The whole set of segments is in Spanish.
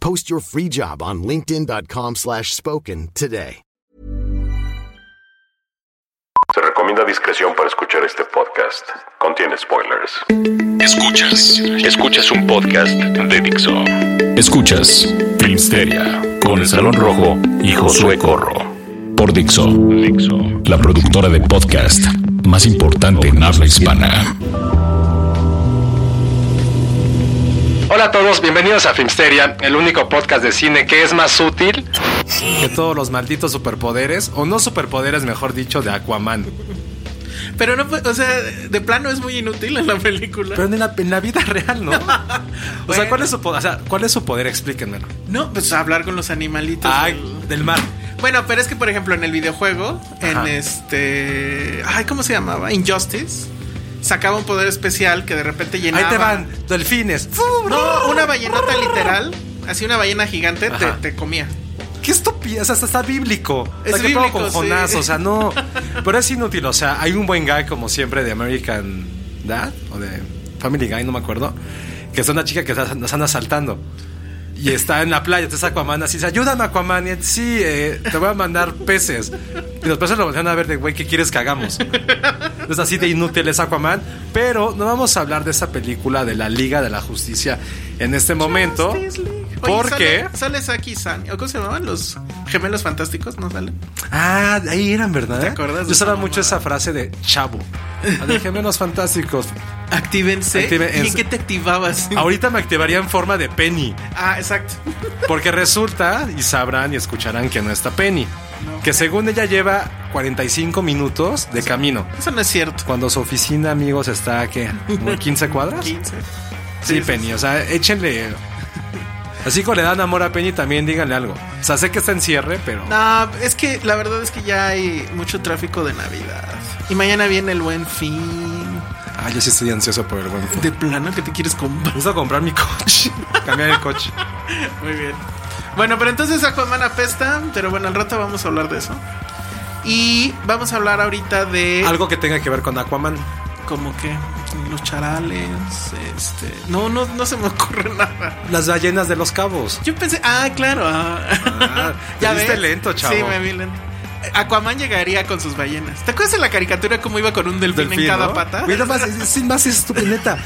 Post your free job on linkedin.com/spoken slash spoken today. Se recomienda discreción para escuchar este podcast. Contiene spoilers. Escuchas, escuchas un podcast de Dixo. Escuchas Filmsteria con el Salón Rojo y Josué Corro. Por Dixo, la productora de podcast más importante en habla hispana. Hola a todos, bienvenidos a Filmsteria, el único podcast de cine que es más útil que todos los malditos superpoderes, o no superpoderes, mejor dicho, de Aquaman. Pero no, pues, o sea, de plano es muy inútil en la película. Pero en la, en la vida real, ¿no? O sea, Bueno. ¿cuál es su, po- o sea, ¿cuál es su poder? Explíquenmelo. No, pues hablar con los animalitos. Ay, del mar. Bueno, pero es que por ejemplo en el videojuego, en Ajá. este, ay, ¿cómo se llamaba? Injustice. Sacaba un poder especial que de repente llenaba. Ahí te van, delfines. No, una ballenota literal, así una ballena gigante te, Ajá. te comía. Qué estupidez, hasta está bíblico. Es Es bíblico, todo con sí. Jonás, o sea, no. Pero es inútil, o sea, hay un buen guy como siempre de American Dad o de Family Guy, no me acuerdo, que está una chica que está- nos están asaltando. Y está en la playa, entonces Aquaman así dice, ayúdame Aquaman, y él, sí, eh, te voy a mandar peces. Y los peces lo voltean a ver de, güey, ¿qué quieres que hagamos? Es así de inútil es Aquaman, pero no vamos a hablar de esa película de la Liga de la Justicia en este momento. Justice League. Oye, Porque... sale- Sale Saki San. ¿O ¿Cómo se llamaban los gemelos fantásticos? No sale. Ah, ahí eran, ¿verdad? ¿Te acuerdas de Yo usaba esa mucho mamada? esa frase de chavo. De gemelos fantásticos. Actívense. Active- ¿Y en es- qué te activabas? Ahorita me activaría en forma de Penny. Ah, exacto. Porque resulta, y sabrán y escucharán que no está Penny. Que según ella lleva 45 minutos de camino. Eso no es cierto. Cuando su oficina, amigos, está ¿qué? ¿Como 15 cuadras? 15. Sí, Sí, Penny, o sea, échenle. Así como le dan amor a Penny, también díganle algo. O sea, sé que está en cierre, pero. No, es que la verdad es que ya hay mucho tráfico de Navidad. Y mañana viene el buen fin. Ah, yo sí estoy ansioso por el buen fin. De plano que te quieres comprar. Necesito comprar mi coche. Cambiar el coche. Muy bien. Bueno, pero entonces Aquaman apesta. Pero bueno, al rato vamos a hablar de eso. Y vamos a hablar ahorita de. Algo que tenga que ver con Aquaman. Como que. Los charales. Este. No, no, no se me ocurre nada. Las ballenas de los cabos. Yo pensé. Ah, claro. ah. Ah, te viste lento, chavo. Sí, me vi lento. Aquaman llegaría con sus ballenas. ¿Te acuerdas de la caricatura cómo iba con un delfín, Delfín, en cada ¿no? pata? Mira más, es, es más estupendeta.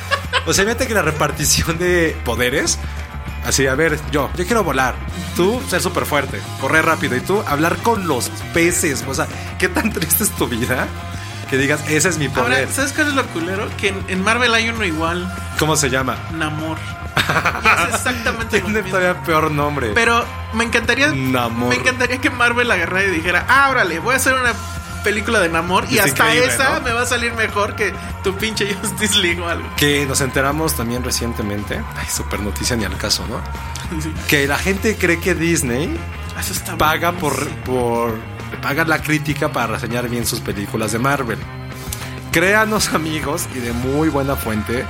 O sea, fíjate que la repartición de poderes. Así, a ver, yo, yo quiero volar. Tú, ser súper fuerte, correr rápido. Y tú, hablar con los peces. O sea, qué tan triste es tu vida que digas, ese es mi Ahora, poder. ¿sabes cuál es lo culero? Que en, en Marvel hay uno igual, ¿Cómo se llama? Namor. Y es exactamente lo Tiene mismo. todavía peor nombre. Pero me encantaría Namor. me encantaría que Marvel agarrara y dijera, "Ah, órale, voy a hacer una película de Namor y Es hasta increíble, esa ¿no? me va a salir mejor que tu pinche Justice League o algo." Que nos enteramos también recientemente. Ay, súper noticia ni al caso, ¿no? Sí. Ah, Que la gente cree que Disney Eso está paga por, buenísimo. por paga la crítica para reseñar bien sus películas de Marvel. Créanos amigos y de muy buena fuente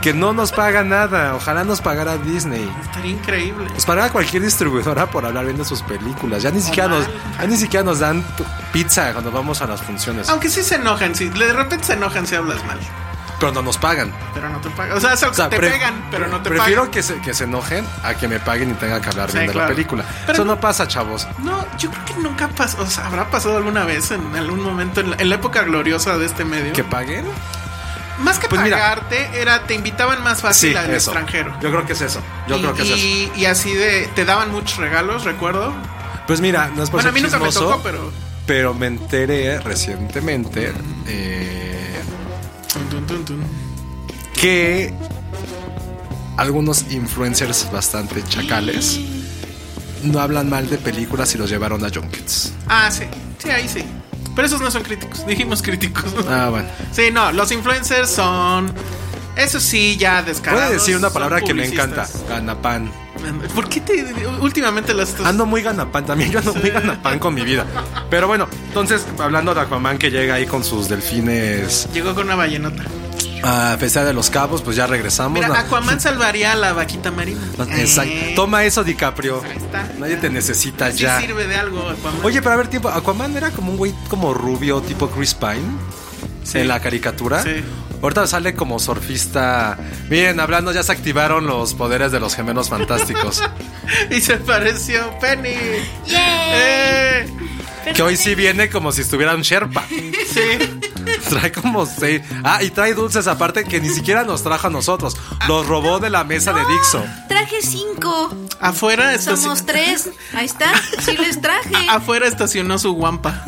que no nos paga nada. Ojalá nos pagara Disney. Estaría increíble. Nos paga cualquier distribuidora por hablar bien de sus películas. Ya ni siquiera nos, ya ni siquiera nos dan p- pizza cuando vamos a las funciones. Aunque sí se enojan, sí, de repente se enojan si hablas mal, Pero no nos pagan. pero no te pagan. O sea, se- O sea, te pre- pegan, pero no te prefiero pagan. que se, que se enojen a que me paguen y tenga que hablar Sí, bien de claro. la película. Pero- Eso no pasa, chavos. No, yo creo que nunca pasó, o sea, habrá pasado alguna vez en algún momento en la, en la época gloriosa de este medio. ¿Que paguen? más que Pues mira. pagarte, era te invitaban más fácil Sí, al eso. extranjero. Yo creo que es eso. Yo y, creo que es eso. y- y así de, te daban muchos regalos, recuerdo. Pues mira, no es por Bueno, a ser mí nunca me chismoso, tocó, pero- pero me enteré recientemente eh, Tun, tun, tun, tun. que algunos influencers bastante chacales no hablan mal de películas y los llevaron a junkets. Ah, sí, sí, ahí sí. Pero esos no son críticos, dijimos críticos. Ah, bueno. Sí, no, los influencers son. Eso sí, ya descarados. Puedes decir una son palabra que me encanta. publicistas. Ganapan. ¿Por qué te, últimamente las estás.? Ando muy ganapan también. Yo ando muy ganapan con mi vida. Pero bueno, entonces, hablando de Aquaman que llega ahí con sus delfines Llegó con una ballenota. a Festival de los Cabos, pues ya regresamos. Mira, ¿no? Aquaman salvaría a la vaquita marina. Exacto. Eh, Toma eso, DiCaprio. Ahí está. Nadie te necesita sí ya. sirve de algo, Aquaman. Oye, pero a ver, tiempo. Aquaman era como un güey como rubio, tipo Chris Pine. En la caricatura. Sí. Ahorita sale como surfista. Bien, hablando, ya se activaron los poderes de los gemelos fantásticos. y se pareció Penny. ¡Yay! Eh, Pero que hoy sí viene como si estuviera un Sherpa. sí. Trae como seis. Ah, y trae dulces aparte que ni siquiera nos trajo a nosotros. Los robó de la mesa de Dixon. Traje cinco. Afuera, estaci- Somos tres. Ahí está. Sí les traje. Ah, afuera estacionó su guampa.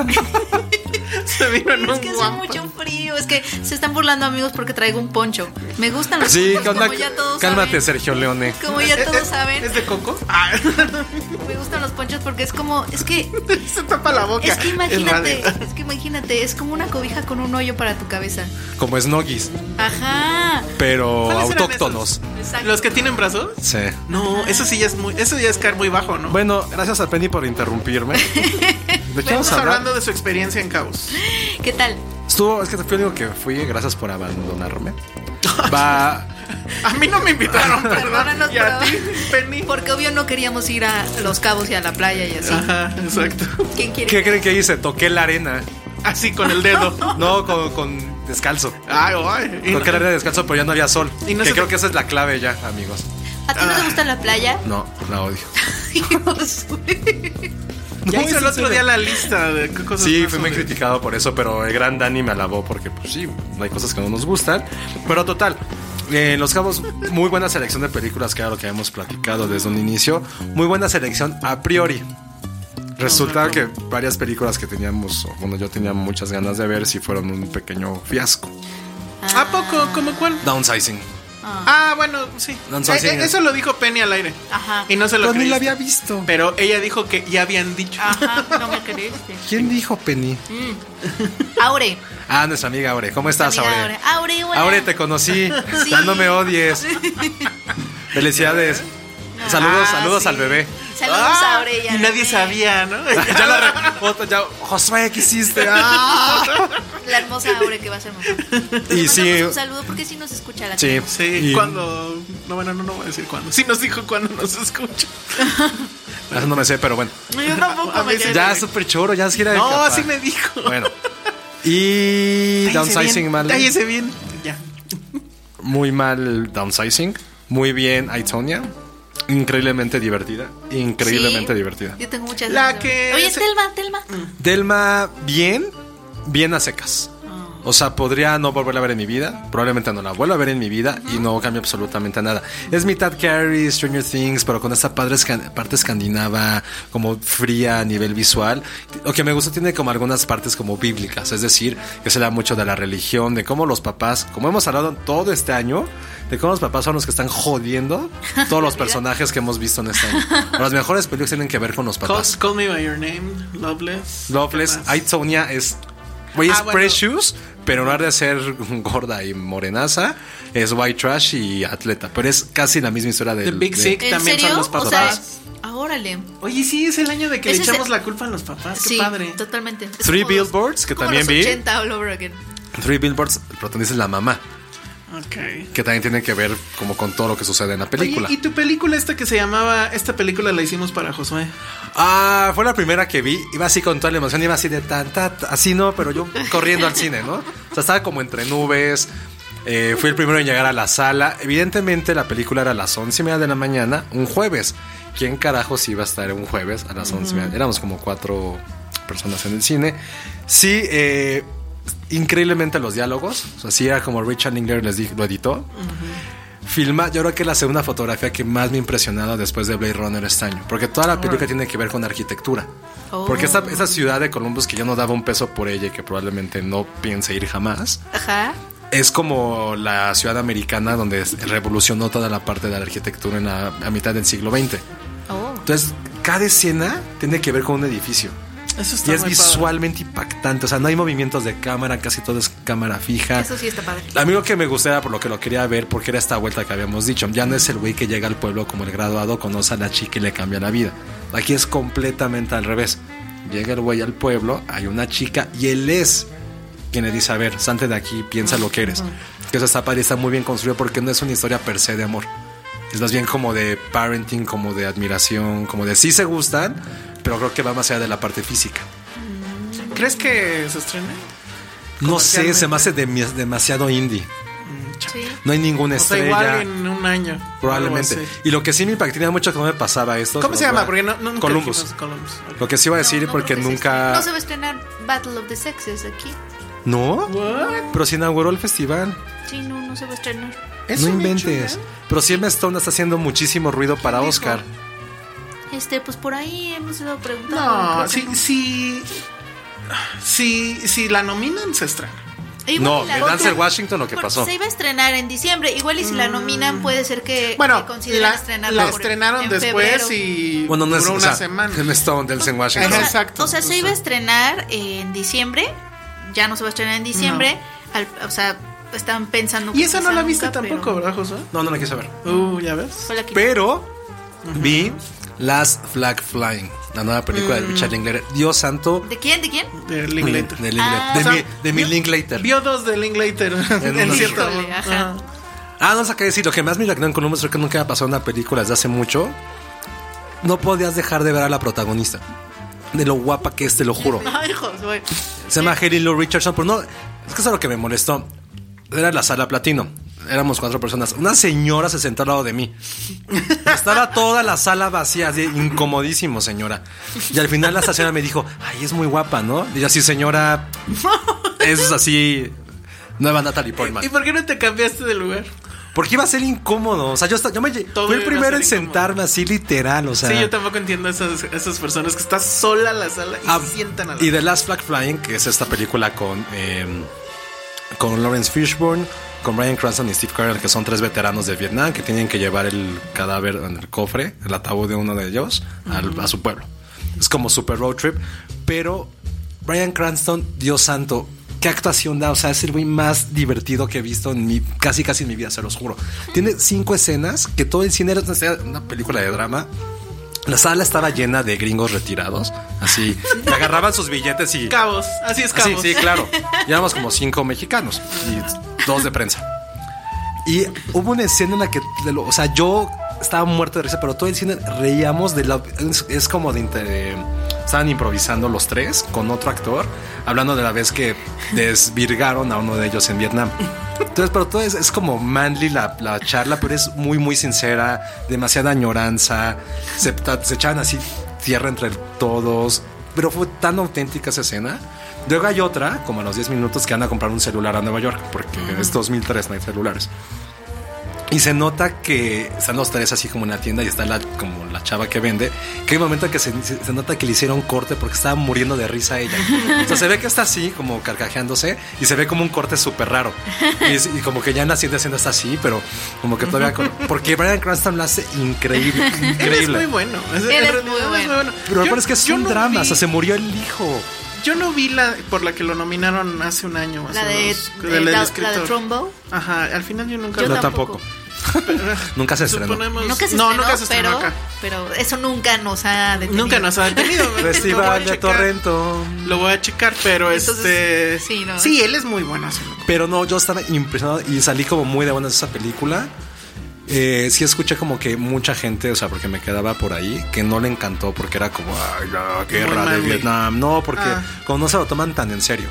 se vino en Es un que hace guampa. mucho frío. Es que se están burlando amigos porque traigo un poncho. Me gustan los Sí, ponchos, ¿qué onda? como ya todos Cálmate, Eh, saben. Sergio Leone. Como ya todos saben, Eh, ¿Es de coco? Ah, me gustan los ponchos porque es como, es que, se tapa la boca. es que imagínate, radio. es que imagínate, es como una cobija con un hoyo para tu cabeza. Como Snoggies, Ajá. pero ¿Cuáles eran autóctonos. Exacto. ¿Los que tienen brazos? Sí. No, eso sí ya es muy, eso ya es caer muy bajo, ¿no? Bueno, gracias a Penny por interrumpirme. ¿De qué vamos a Estamos hablar? hablando de su experiencia en caos. ¿Qué tal? Estuvo, es que fui el único que fui, gracias por abandonarme. Va. A mí no me invitaron, perdón. Perdónanos, Y a pero- ti, Penny. Porque obvio no queríamos ir a Los Cabos y a la playa y así. Ajá, exacto. ¿Quién quiere? ¿Qué creen que hice? Toqué la arena. Así con el dedo. No, con, con descalzo. Ay, ay. Y no- Toqué la arena de descalzo, pero ya no había sol. Y no que se- creo que esa es la clave ya, amigos. ¿A ti no te Ah. gusta la playa? No, la odio. Dios. Ya No, hizo el es en otro serio. día la lista de qué cosas. Sí, más fui muy sobre- criticado por eso, pero el gran Dani me alabó porque, pues sí, hay cosas que no nos gustan. Pero total, eh, Los Cabos, muy buena selección de películas, que era lo que habíamos platicado desde un inicio. Muy buena selección a priori. Resulta que varias películas que teníamos, o, bueno, yo tenía muchas ganas de ver, si fueron un pequeño fiasco. ¿A poco? ¿Cómo cuál? Downsizing. Ah, bueno, sí. Danzón, Eh, eh, sí. eso lo dijo Penny al aire. Ajá. Y no se lo Pero ni la creíste. había visto. Pero ella dijo que ya habían dicho. Ajá, no me creíste. ¿Quién dijo Penny? Aure. Ah, nuestra amiga Aure. ¿Cómo estás, amiga Aure? Aure, hola. Aure, te conocí. Sí. Ya no me odies. Felicidades. Saludos, Ah, saludos sí. al bebé. Saludos, Ah, Aure. ya y nadie sé. sabía, ¿no? Ya la re- otra, ya, Josué, ¿qué hiciste? Ah. La hermosa Aure que va a ser mamá. Le Y sí. mandamos Un saludo porque sí nos escucha la Sí, Sí, y cuando. No, bueno, no, no voy a decir cuándo. Sí nos dijo cuando nos escucha. eso no me sé, pero bueno. Yo tampoco me sé. Ya es súper choro, ya es gira de No, capa. sí me dijo. Bueno. Y downsizing mal. Cállese bien. Ya. Muy mal downsizing. Muy bien, Aitonia. Increíblemente divertida. Increíblemente Sí. divertida. Yo tengo muchas La ganas de que verla. Oye, se- Telma, Telma. Mm. Delma, bien, bien a secas. O sea, podría no volverla a ver en mi vida, probablemente no la vuelva a ver en mi vida y no cambia absolutamente nada. Es mitad Carrie, Stranger Things, pero con esta padre esca- parte escandinava, como fría a nivel visual. Lo que me gusta tiene como algunas partes como bíblicas, es decir, que se habla mucho de la religión, de cómo los papás, como hemos hablado todo este año, de cómo los papás son los que están jodiendo todos los personajes que hemos visto en este año. Las mejores películas tienen que ver con los Call, papás. Call me by your name. Loveless. Loveless, ¿Qué más? Aitonia es. Güey, Ah, es bueno. precious, pero en lugar de ser gorda y morenaza, es white trash y atleta. Pero es casi la misma historia del. The Big de- Sick. ¿En También son serio? los O sea, papás. ah, órale. Oye, sí, es el año de que le Ese es echamos el- la culpa a los papás. Qué sí, padre. totalmente. Es Three como los- Billboards, que como también los vi. 80 all over again. Three Billboards, el protagonista es la mamá, Ok. que también tiene que ver como con todo lo que sucede en la película. Oye, ¿Y tu película esta que se llamaba, esta película la hicimos para Josué? Ah, fue la primera que vi. Iba así con toda la emoción, iba así de tan, tan, tan, así no, pero yo corriendo al cine, ¿no? O sea, estaba como entre nubes. eh, fui el primero en llegar a la sala. Evidentemente, la película era a las once y media de la mañana, un jueves. ¿Quién carajos iba a estar un jueves a las once y media? Éramos como cuatro personas en el cine. Sí, eh, increíblemente los diálogos. O sea, sí era como Richard Engler les di- lo editó. Filma, yo creo que la segunda fotografía que más me ha impresionado después de Blade Runner este año, porque toda la película tiene que ver con arquitectura. Oh. Porque esa, esa ciudad de Columbus que yo no daba un peso por ella y que probablemente no piense ir jamás, Ajá. es como la ciudad americana donde es- revolucionó toda la parte de la arquitectura en la a mitad del siglo XX. Oh. Entonces, cada escena tiene que ver con un edificio. Eso está Y es muy padre. visualmente impactante. O sea, no hay movimientos de cámara, casi todo es cámara fija. Eso sí está padre. A mí lo que me gustaba por lo que lo quería ver, porque era esta vuelta que habíamos dicho. Ya no es el güey que llega al pueblo como el graduado, conoce a la chica y le cambia la vida. Aquí es completamente al revés. Llega el güey al pueblo, hay una chica y él es quien le dice: A ver, salte de aquí, piensa lo que eres. Que eso está padre, está muy bien construido porque no es una historia per se de amor. Es más bien como de parenting, como de admiración, como de sí se gustan, pero creo que va más allá de la parte física. ¿Crees que se estrene? No sé, se me hace demi- demasiado indie. Sí. No hay ninguna O sea, estrella. igual en un año. Probablemente. algo así. Y lo que sí me impactaba mucho que no me pasaba esto. ¿Cómo lo se voy llama? a- Porque no, no, nunca Columbus. dijimos Columbus. Ok. Lo que sí iba a decir No, no porque creo que se nunca. estrene. No se va a estrenar Battle of the Sexes aquí. ¿No? Pero se inauguró el festival. Sí, no, no se va a estrenar. Eso no me inventes. chula. Pero si Emma Stone está haciendo muchísimo ruido para ¿eh? dijo? Oscar. Este, pues por ahí hemos ido preguntando. creo No, que sí, no. sí. Sí, si la nominan, se estrena. Igual No, y la- de Dancer porque- Washington lo que porque pasó. Se iba a estrenar en diciembre. Igual y si la nominan puede ser que, Mm. Bueno, que consideren la, estrenarla la por- estrenaron en después febrero. y Bueno, no es duró o una sea, semana. Emma Stone, Denzel Ajá, O Washington. sea, exacto. O sea, se iba a estrenar en diciembre. Ya no se va a estrenar en diciembre. Al- o sea, están pensando. Y esa quizá no la nunca, viste pero- tampoco, ¿verdad, José? No, no la quise ver. Uh, ya ves. Fue la que- Pero vi Last Flag Flying, la nueva película de Richard Linklater. Dios santo. Mm. ¿De quién? ¿De quién? De De, Linklater. de Linklater. Ah. De O sea, mi, de mi vio- Linklater. Vio dos de Linklater en, una cierto Híjole, momento. ajá. Ajá. Ah, no sé qué decir. Lo que más me impresionó en Columbus creo que nunca había pasado en una película desde hace mucho. No podías dejar de ver a la protagonista. De lo guapa que es, te lo juro. Ay, Josué. Se llama Haley Lou Richardson, pero no. Es que eso es lo que me molestó. Era la sala platino. Éramos cuatro personas. Una señora se sentó al lado de mí. Estaba toda la sala vacía, así, incomodísimo, señora. Y al final la señora me dijo, ay, es muy guapa, ¿no? Y yo así, señora, es así, nueva Natalie Portman. ¿Y por qué no te cambiaste de lugar? Porque iba a ser incómodo. O sea, yo, hasta- yo me lle- Todo fui el iba a primero ser en sentarme así literal. O sea, sí, yo tampoco entiendo a esas, esas personas que está sola en la sala y Ah, se sientan a la y The Last Flag Flying, que es esta película con, eh, con Lawrence Fishburne, con Brian Cranston y Steve Carell, que son tres veteranos de Vietnam que tienen que llevar el cadáver en el cofre, el ataúd de uno de ellos, al- a su pueblo. Es como super road trip. Pero Brian Cranston, Dios santo, qué actuación da. O sea, es el güey más divertido que he visto en mi, casi casi en mi vida, se los juro. Tiene cinco escenas que todo el cine era una escena- una película de drama. La sala estaba llena de gringos retirados, así. que agarraban sus billetes y. Cabos, así es Ah, Sí, cabos. sí, claro. Y éramos como cinco mexicanos y dos de prensa. Y hubo una escena en la que, te lo- o sea, yo estaba muerto de risa, pero todo el cine reíamos de la. Es, es como de. inter- eh, estaban improvisando los tres con otro actor, hablando de la vez que desvirgaron a uno de ellos en Vietnam. Entonces, pero todo es, es como manly la, la charla, pero es muy, muy sincera, demasiada añoranza. Se, ta- se echaban así tierra entre todos. Pero fue tan auténtica esa escena. Luego hay otra, como a los 10 minutos, que anda a comprar un celular a Nueva York, porque es 2003, no hay celulares. Y se nota que están los tres así como en la tienda y está la, como la chava que vende. Que hay un momento que se, se nota que le hicieron corte porque estaba muriendo de risa ella. O sea, se ve que está así, como carcajeándose, y se ve como un corte súper raro. Y, es- y como que ya en la siguiente escena está así, pero como que todavía. con- porque Brian Cranston lo hace increíble. Él es muy increíble. bueno. Es, Él en es realidad muy es bueno. Pero lo Yo- peor es que yo son no dramas. O sea, vi- se murió el hijo. Yo no vi la por la que lo nominaron hace un año. La hace de, dos, de- del la, la de escritor. Trumbo. Ajá, al final yo nunca Yo lo- tam- tampoco. Nunca se estrenó. Suponemos- Nunca Pues, se no, estrenó, nunca se estrenó pero, acá. pero eso nunca nos ha detenido. Nunca nos ha detenido. ¿verdad? Lo voy a Festival de checar. Torrento. Lo voy a checar, pero Entonces, este. sí, no. él es muy bueno. sí. Pero no, yo estaba impresionado y salí como muy de buenas de esa película. Eh, sí escuché como que mucha gente, o sea, porque me quedaba por ahí, que no le encantó porque era como, ay, la guerra Muy de manly. Vietnam. No, porque Ah. Mm. como no se lo toman tan en serio.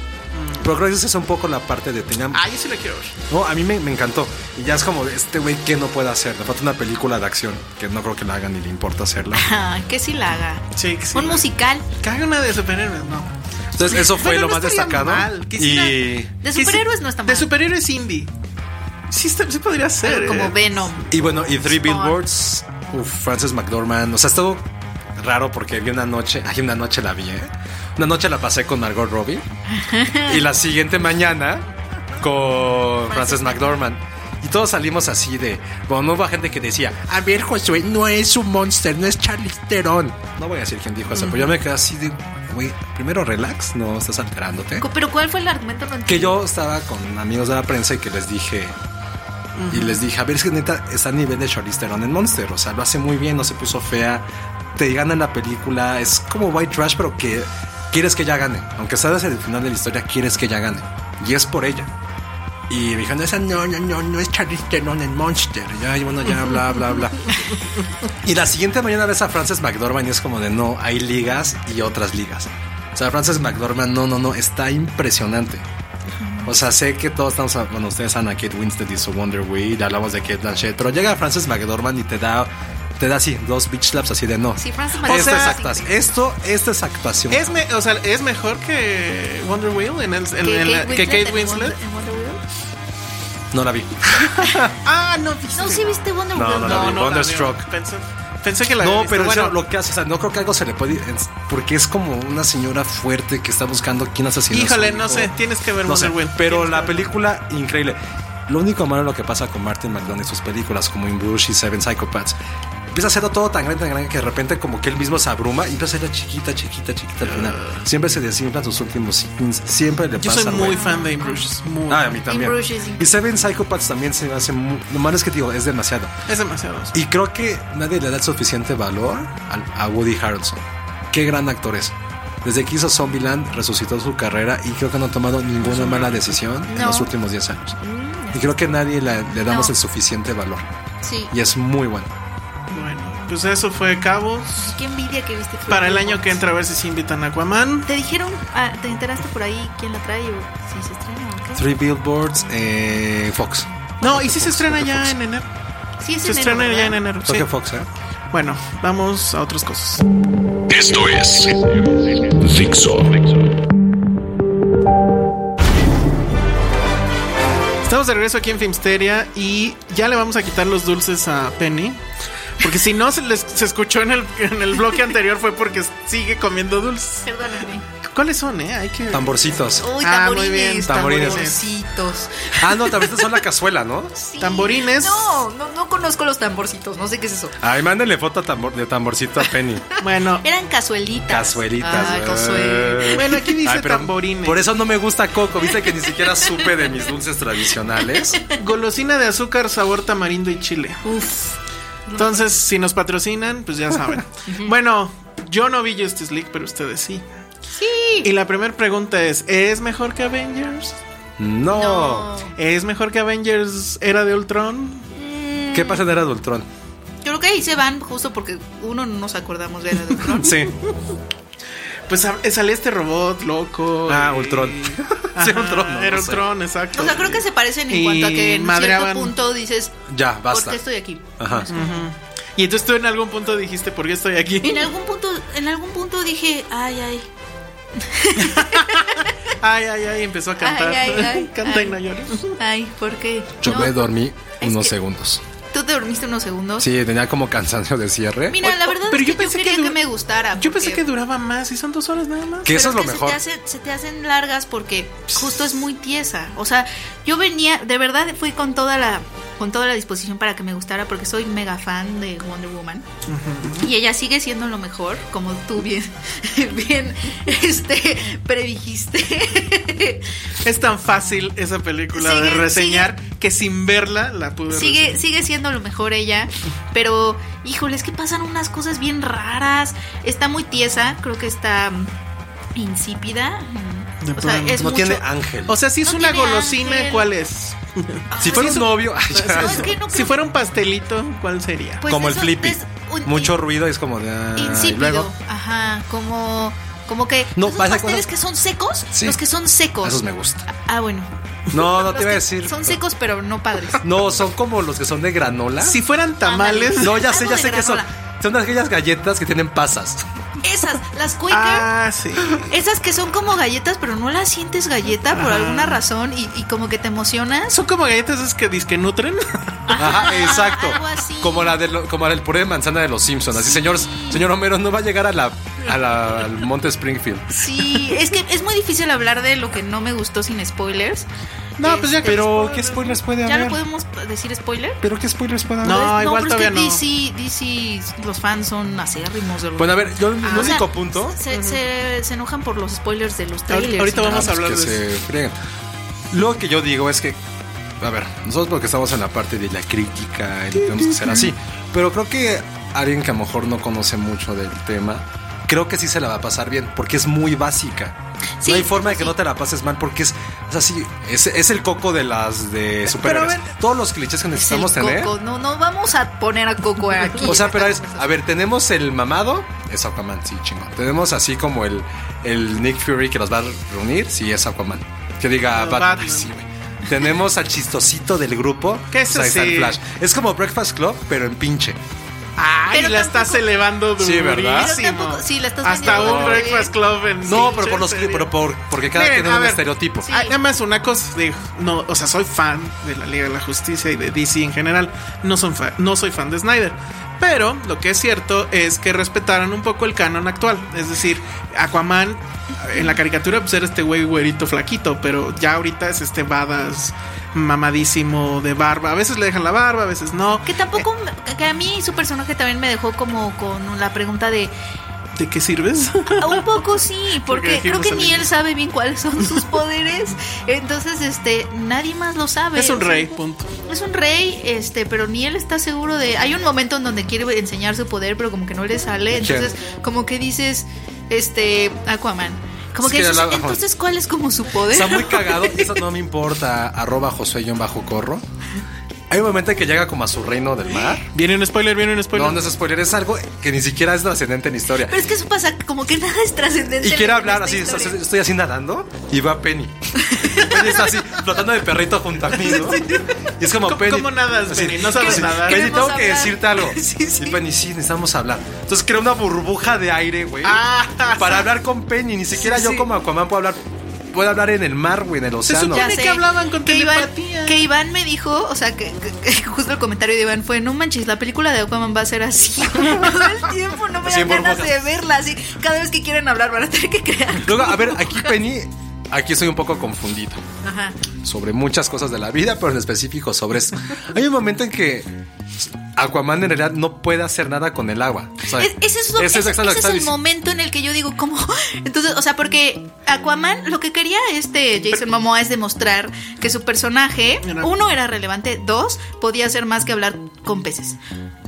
Pero creo que esa es un poco la parte de tenían... Ah, yo sí lo quiero ver. No, a mí me, me encantó. Y ya es como, este güey, ¿qué no puede hacer? Le falta una película de acción, que no creo que la hagan ni le importa hacerla. Ah, que sí la haga. Sí, que sí. Un musical. Que haga una de superhéroes, no. Entonces, eso fue Bueno, lo no más estaría destacado. mal, quisiera- y, De superhéroes no está mal. De superhéroes indie. Sí, está- sí podría ser. Algo eh. como Venom. y bueno, y Three Spawn. Billboards. Uf, Frances McDormand. O sea, estuvo raro porque vi una noche. Ay, una noche la vi, ¿eh? Una noche la pasé con Margot Robbie. y la siguiente mañana con Frances McDormand. Y todos salimos así de. Bueno, no hubo gente que decía, a ver, Josué, no es un monster, no es Charlize Theron". No voy a decir quién dijo eso, pero yo me quedé así de, güey, primero relax, no estás alterándote. Co- Pero ¿cuál fue el argumento? No que entiendo. yo estaba con amigos de la prensa y que les dije y les dije a ver es que neta está a nivel de Charlize Theron en Monster o sea lo hace muy bien no se puso fea te gana en la película es como White Trash pero que quieres que ella gane aunque sabes el final de la historia quieres que ella gane y es por ella y me dijeron esa no no no no es Charlize Theron en Monster ya y bueno ya bla bla bla y la siguiente mañana ves a Frances McDormand y es como de no, hay ligas y otras ligas. O sea, Frances McDormand, no, no, no, está impresionante. O sea, sé que todos estamos, a- bueno, ustedes saben a Kate Winslet y su Wonder Wheel, hablamos de Kate Blanchett, pero llega Frances McDormand y te da, te da así, dos bitch slaps así de no. Sí, Frances esto, es McDormand es actua- increíble. esto, esto es actuación. Es, me- o sea, es mejor que Wonder Wheel en el, en- en la- que Kate en Winslet. Wonder- en Wonder Woman. No la vi. Ah, no, viste. No, sí viste Wonder No, Woman. no la vi. la Wonderstruck. veo. Pensé, pensé que la No, había pero visto. bueno, lo que hace, o sea, no creo que algo se le puede, es- porque es como una señora fuerte que está buscando quién asesinó. a su Híjole, no hijo. sé, tienes que ver No sé, Wonder Wheel. pero Tienes la que- película, increíble. Lo único malo es lo que pasa con Martin McDonagh y sus películas, como In Bruges y Seven Psychopaths. Empieza a hacerlo todo tan grande, tan grande que de repente como que él mismo se abruma y empieza a ser chiquita, chiquita, chiquita al final. Siempre se desinflan sus últimos scenes, siempre le Ah. Yo pasa. soy muy güey. fan de In Bruges, muy. Ah, a mí también. In Bruges, sí. Y Seven Psychopaths también se me hace... muy- Lo malo es que digo, es demasiado. Es demasiado. Y creo que nadie le da el suficiente valor al- a Woody Harrelson. Qué gran actor es. Desde que hizo Zombieland resucitó su carrera y creo que no ha tomado ninguna mala decisión en No. los últimos 10 años. Y creo que nadie la- le damos No. el suficiente valor. Mm, Sí. Y es muy bueno. Bueno, pues eso fue Cabos. Qué envidia que viste. Para el año Woman. que entra, a ver si se invitan a Aquaman. ¿Te dijeron, ah, te enteraste por ahí quién la trae o si se estrena o qué? Three Billboards, eh, Fox. No, y sí se estrena ya en enero. Sí, es Se enero, estrena ¿verdad? ya en enero. Creo sí. que Fox, ¿eh? Bueno, vamos a otras cosas. Esto es Dixo. Estamos de regreso aquí en Filmsteria y ya le vamos a quitar los dulces a Penny. Porque si no se, les- se escuchó en el, en el bloque anterior fue porque sigue comiendo dulces. Perdóname. ¿Cuáles son, eh? Hay que... Tamborcitos. Uy, Ah, muy tamborines, bien, tamborines. tamborcitos. Ah, no, también son la cazuela, ¿no? Sí. Tamborines. No, no, no conozco los tamborcitos, no sé qué es eso. Ay, mándenle foto a tambor- de tamborcito a Penny. Bueno, Eran cazuelitas. Cazuelitas. Ah, güey. cazuel. Bueno, aquí dice pero tamborines. Por eso no me gusta Coco. Viste que ni siquiera supe de mis dulces tradicionales. golosina de azúcar, sabor tamarindo y chile. Uf. Entonces, si nos patrocinan, pues ya saben. bueno, yo no vi Justice League, pero ustedes sí. Sí. Y la primera pregunta es, ¿es mejor que Avengers? No. ¿Es mejor que Avengers Era de Ultron? ¿Qué pasa en Era de Ultron? Yo creo que ahí se van justo porque uno no nos acordamos de la de Ultron. Sí. Pues a- sale este robot loco. Ah, y- Ultron. Ajá, Sí, Ultron, no, era no sé. Ultron, exacto. O sea, creo que se parecen en Y cuanto a que en madreaban. cierto punto dices, Ya, ¿por basta. qué estoy aquí? Ajá. Y entonces tú en algún punto dijiste, ¿por qué estoy aquí? En algún punto, en algún punto dije, ay, ay. Ay, ay, ay, empezó a cantar. Ay, ay, ay. Canta Ay. y no llores. Ay, ¿por qué? Yo No, me dormí es unos que- segundos. ¿Tú te dormiste unos segundos? Sí, tenía como cansancio de cierre. Mira, la verdad Pero es que yo yo, pensé que quería que, du- me gustara. Yo pensé porque- que duraba más y son dos horas nada más. que eso es pero lo mejor. Se te, hace- se te hacen largas porque justo es muy tiesa. O sea, yo venía, de verdad fui con toda la con toda la disposición para que me gustara porque soy mega fan de Wonder Woman. Y ella sigue siendo lo mejor, como tú bien bien este predijiste. Es tan fácil esa película de Sigue- reseñar que sin verla la pude sigue reseñar. sigue siendo lo mejor ella, pero híjole, es que pasan unas cosas bien raras. Está muy tiesa, creo que está mm, insípida. mm. De O sea, plano. es no tiene mucho- ángel. O sea, si es No una tiene golosina, ángel. ¿cuál es? si fuera un novio, ay, ya. No, Pues, es que no Si creo- fuera un pastelito, ¿cuál sería? Pues como el eso flippy. es un Mucho in- ruido y es como de. ah, y insípido. luego, Ajá, como como que No, esos vas a- pasteles que son secos, Sí. los que son secos. esos me gustan. Ah, bueno. No, no te Los iba a que decir. Son secos pero no padres. No, son como los que son de granola. Si fueran tamales, Ah. Ándale. No, ya sé, Algo ya de sé que son. granola. Son aquellas galletas que tienen pasas. Esas, las Quaker. Ah, sí. Esas que son como galletas, pero no las sientes galleta por alguna razón y, y como que te emocionas. Son como galletas esas que disque nutren. Ajá, exacto. Algo así. Como la de lo- como la del puré de manzana de los Simpsons. Así, señor, señor Homero, no va a llegar a la, a la- al Monte Springfield. Sí, es que es muy difícil hablar de lo que no me gustó sin spoilers. No, pues ya Este, que. Pero, ¿qué spoilers puede ¿Ya haber? lo podemos decir spoiler? ¿Pero qué spoilers puede haber? No, Entonces, igual pero es todavía que DC, DC, los fans son acérrimos. De los- Bueno, a ver, yo el Ah, o sea, único punto. Se, se- se enojan por los spoilers de los trailers. Ahorita, ahorita y vamos a todo. hablar que de se eso. friegan. Lo que yo digo es que, a ver, nosotros porque estamos en la parte de la crítica y tenemos que ser así, pero creo que alguien que a lo mejor no conoce mucho del tema, creo que sí se la va a pasar bien, porque es muy básica. Sí, no hay forma de que sí. no te la pases mal, porque es, es así, es, es el coco de las de superhéroes. ver- Todos los clichés que Es el necesitamos tener. Coco. No, no vamos a poner a Coco aquí. O sea, pero es, a ver, tenemos el mamado, es Aquaman, sí, chingón. Tenemos así como el, el Nick Fury que los va a reunir, sí, es Aquaman. Que diga No, Batman, Batman. sí, güey. Tenemos al chistosito del grupo, Que ese pues ahí está el sí. Flash. Es como Breakfast Club, pero en pinche. Ay, Pero la tampoco- estás elevando Sí, durísimo. ¿verdad? Pero tampoco- sí, la estás Hasta vendiendo un muy bien. Breakfast Club en No, pero sí, por en los serio. pero por, porque cada Miren, quien tiene a un ver. estereotipo. Sí. Ah, nada más una cosa, digo, no, o sea, soy fan de la Liga de la Justicia y de DC en general. No, son fa- no soy fan de Snyder. Pero lo que es cierto es que respetaron un poco el canon actual. Es decir, Aquaman en la caricatura pues era este güey güerito flaquito, pero ya ahorita es este badass mamadísimo de barba. A veces le dejan la barba, a veces no. Que tampoco, me- que a mí su personaje también me dejó como con la pregunta de, ¿De qué sirves? Ah, Un poco sí, porque Porque creo que dijimos ni al él sabe bien cuáles son sus poderes. Entonces, este, nadie más lo sabe. es un O sea, rey, punto. Es un rey, este, pero ni él está seguro de. Hay un momento en donde quiere enseñar su poder, pero como que no le sale. Sí. Entonces, como que dices, este, Aquaman. Como Es que que dices, la- ajá. entonces, ¿cuál es como su poder? Está muy cagado, y eso no me importa, arroba Josué-Bajo Corro. Hay un momento en que llega como a su reino del mar. Viene un spoiler, viene un spoiler. No, no es spoiler, es algo que ni siquiera es trascendente en historia. Pero es que eso pasa, como que nada es trascendente. Y quiere en hablar así, esta historia. estoy- estoy así nadando y va Penny. Penny está así, flotando de perrito junto a mí, ¿no? Y es como ¿Cómo- Penny. cómo nadas, así, Penny? No sabes así, nadar. Penny, Queremos tengo que hablar. decirte algo. Sí, sí. Y Penny, sí, necesitamos hablar. Entonces crea una burbuja de aire, güey. Ah, para hablar con Penny. Ni siquiera Sí, yo sí. como Aquaman puedo hablar. Puedo hablar en el mar, güey, en el océano. supone- Ya que sé. hablaban con Iván, telepatía. que Iván me dijo, o sea, que, que- que justo el comentario de Iván fue, no manches, la película de Aquaman va a ser así todo el tiempo, no me Así en dan ganas de burbujas. verla así. Cada vez que quieren hablar van a tener que crear. Luego, a ver, aquí Penny, aquí estoy un poco confundido. Ajá. sobre muchas cosas de la vida, pero en específico sobre esto. Hay un momento en que Aquaman en realidad no puede hacer nada con el agua. O sea, Es- ese es, lo- ese es- exacto lo ese que es está el diciendo. momento en el que yo digo, ¿cómo? Entonces, o sea, porque Aquaman, lo que quería este Jason Momoa es demostrar que su personaje, Era- uno, era relevante, dos, podía hacer más que hablar con peces.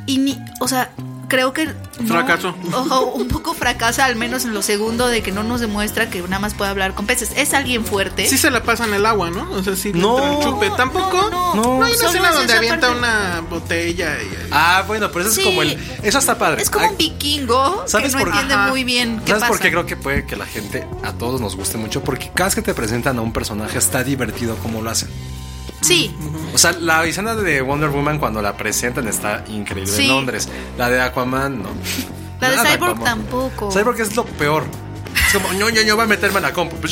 Y ni, o sea, creo que. no- Fracaso. Ojo, un poco fracasa, al menos en lo segundo, de que no nos demuestra que nada más puede hablar con peces. Es alguien fuerte. Sí se la pasa en el agua, ¿no? O sea, sí le No. entra el chupe. Tampoco. No, no, No, no. hay una Solo escena es donde esa avienta parte. una botella y- Ah, bueno, pero eso Sí. es como el. Eso está padre. es como Ah, un vikingo ¿sabes que no por qué? entiende Ajá. muy bien qué ¿Sabes pasa. por qué creo que puede que la gente a todos nos guste mucho? Porque cada vez que te presentan a un personaje está divertido como lo hacen. Sí, O sea, la escena de Wonder Woman cuando la presentan está increíble Sí. en Londres. La de Aquaman, no. La de Nada, Cyborg Aquaman. tampoco. Cyborg es lo peor. Es como, no, yo, yo voy a meterme en la compu. y.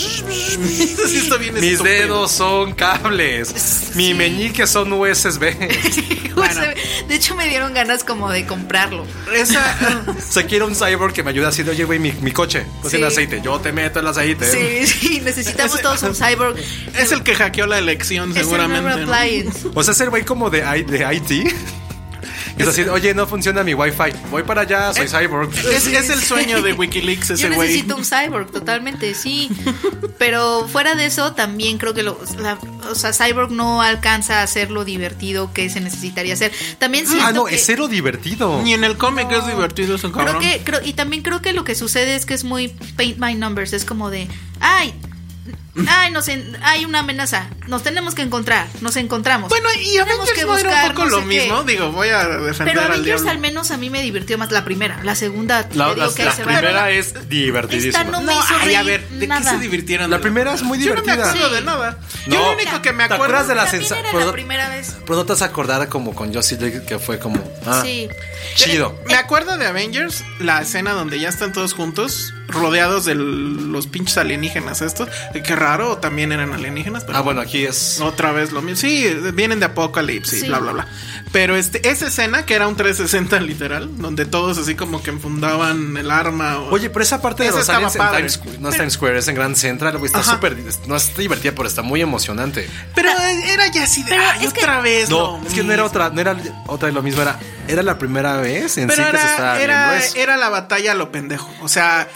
Sí, está bien Mis estúpido. dedos son cables. Sí. Mi meñique son USB. O sea, de hecho me dieron ganas como de comprarlo. Esa. Se quiere un cyborg que me ayude así de, oye, güey, mi, mi coche no tiene ah. Sí. aceite. Yo te meto el aceite. ¿eh? Sí, sí, necesitamos todos un cyborg. Es el que hackeó la elección, Es el seguramente. Rubber ¿no? Appliance. O sea, es el güey como de, I- de IT. Es así, oye, no funciona mi wifi. Voy para allá, Eh, soy cyborg. Es, es el sueño de Wikileaks ese Yo güey. necesito un cyborg, totalmente, sí. Pero fuera de eso, también creo que lo, la- o sea, cyborg no alcanza a hacer lo divertido que se necesitaría hacer. También siento Ah, no, que- es cero divertido. Ni en el cómic es divertido ese Creo cabrón. que, creo, y también creo que lo que sucede es que es muy paint by numbers, es como de, ay, Ay, nos en- hay una amenaza. Nos tenemos que encontrar. Nos encontramos. Bueno, y Tenemos Avengers que no era un buscar, poco no lo sé qué. mismo. Digo, voy a defender Pero al Avengers diablo. al menos a mí me divirtió más la primera. La segunda, te La, digo la- que ahí la se va. primera Pero es divertidísima. Esta no me No, hizo ay, reír a ver, ¿de nada. qué se divirtieron? La primera es muy Yo no me divertida. acuerdo Sí. de nada. Yo No. lo único que me ¿Te acuerdo acuerdas de la también sensa- era pero- la primera vez. Pero no te has acordado como con Josie League que fue como. Ah, Sí. Chido. Me acuerdo de Avengers, la escena donde ya están todos juntos, rodeados de los pinches alienígenas estos. Qué raro, también eran alienígenas, pero Ah, bueno, aquí es. otra vez lo mismo. Sí, vienen de Apocalipsis, Sí. bla, bla, bla. Pero este, esa escena, que era un 360 literal, donde todos así como que enfundaban el arma. o- Oye, pero esa parte de Esa los estaba aliens en padre. Times Square, no es Times Square, es en Grand Central, güey, está Ajá. súper, no es divertida, pero está muy emocionante. pero era ya así de, Pero ay, es que- otra vez. No, lo es que no era mismo. otra, no era otra de lo mismo, era, era la primera vez en Pero sí que se era, estaba era, viendo eso. era la batalla a lo pendejo. O sea,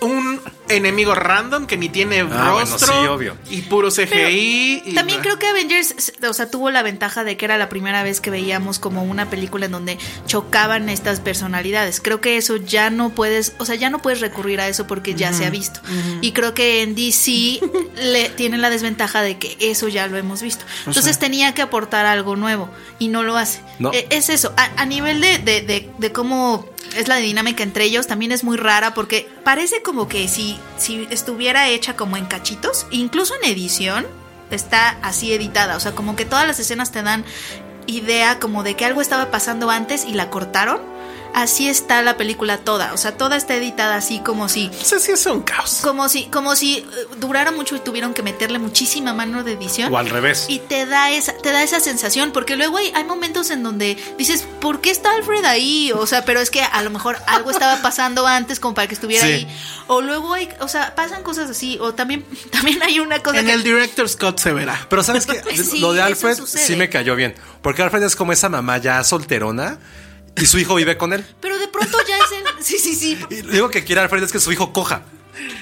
un enemigo random que ni tiene Ah, bueno, rostro. sí, obvio. Y puro CGI. y- También creo que Avengers, o sea, tuvo la ventaja de que era la primera vez que veíamos como una película en donde chocaban estas personalidades. Creo que eso ya no puedes, o sea, ya no puedes recurrir a eso porque ya se ha visto. Y creo que en DC le tienen la desventaja de que eso ya lo hemos visto. Pues Entonces tenía que aportar algo nuevo y no lo hace. No. Eh, es eso. A, a nivel de, de- de- de cómo es la dinámica entre ellos, también es muy rara porque parece como que si, si estuviera hecha como en cachitos, incluso en edición, está así editada. O sea, como que todas las escenas te dan idea como de que algo estaba pasando antes y la cortaron. Así está la película toda. O sea, toda está editada así como si O sea, sí es un caos. como si, como si eh, durara mucho y tuvieron que meterle muchísima mano de edición. O al revés. Y te da esa, te da esa sensación, porque luego hay, hay momentos en donde dices, ¿por qué está Alfred ahí? O sea, pero es que a lo mejor algo estaba pasando antes como para que estuviera Sí. ahí. O luego hay, o sea, pasan cosas así. O también, también hay una cosa En que el Director Scott se verá. Pero sabes que Sí, lo de eso Alfred sucede. sí me cayó bien, porque Alfred es como esa mamá ya solterona y su hijo vive con él. Pero de pronto ya es el. Sí, sí, sí. Y lo único que quiere Alfred es que su hijo coja.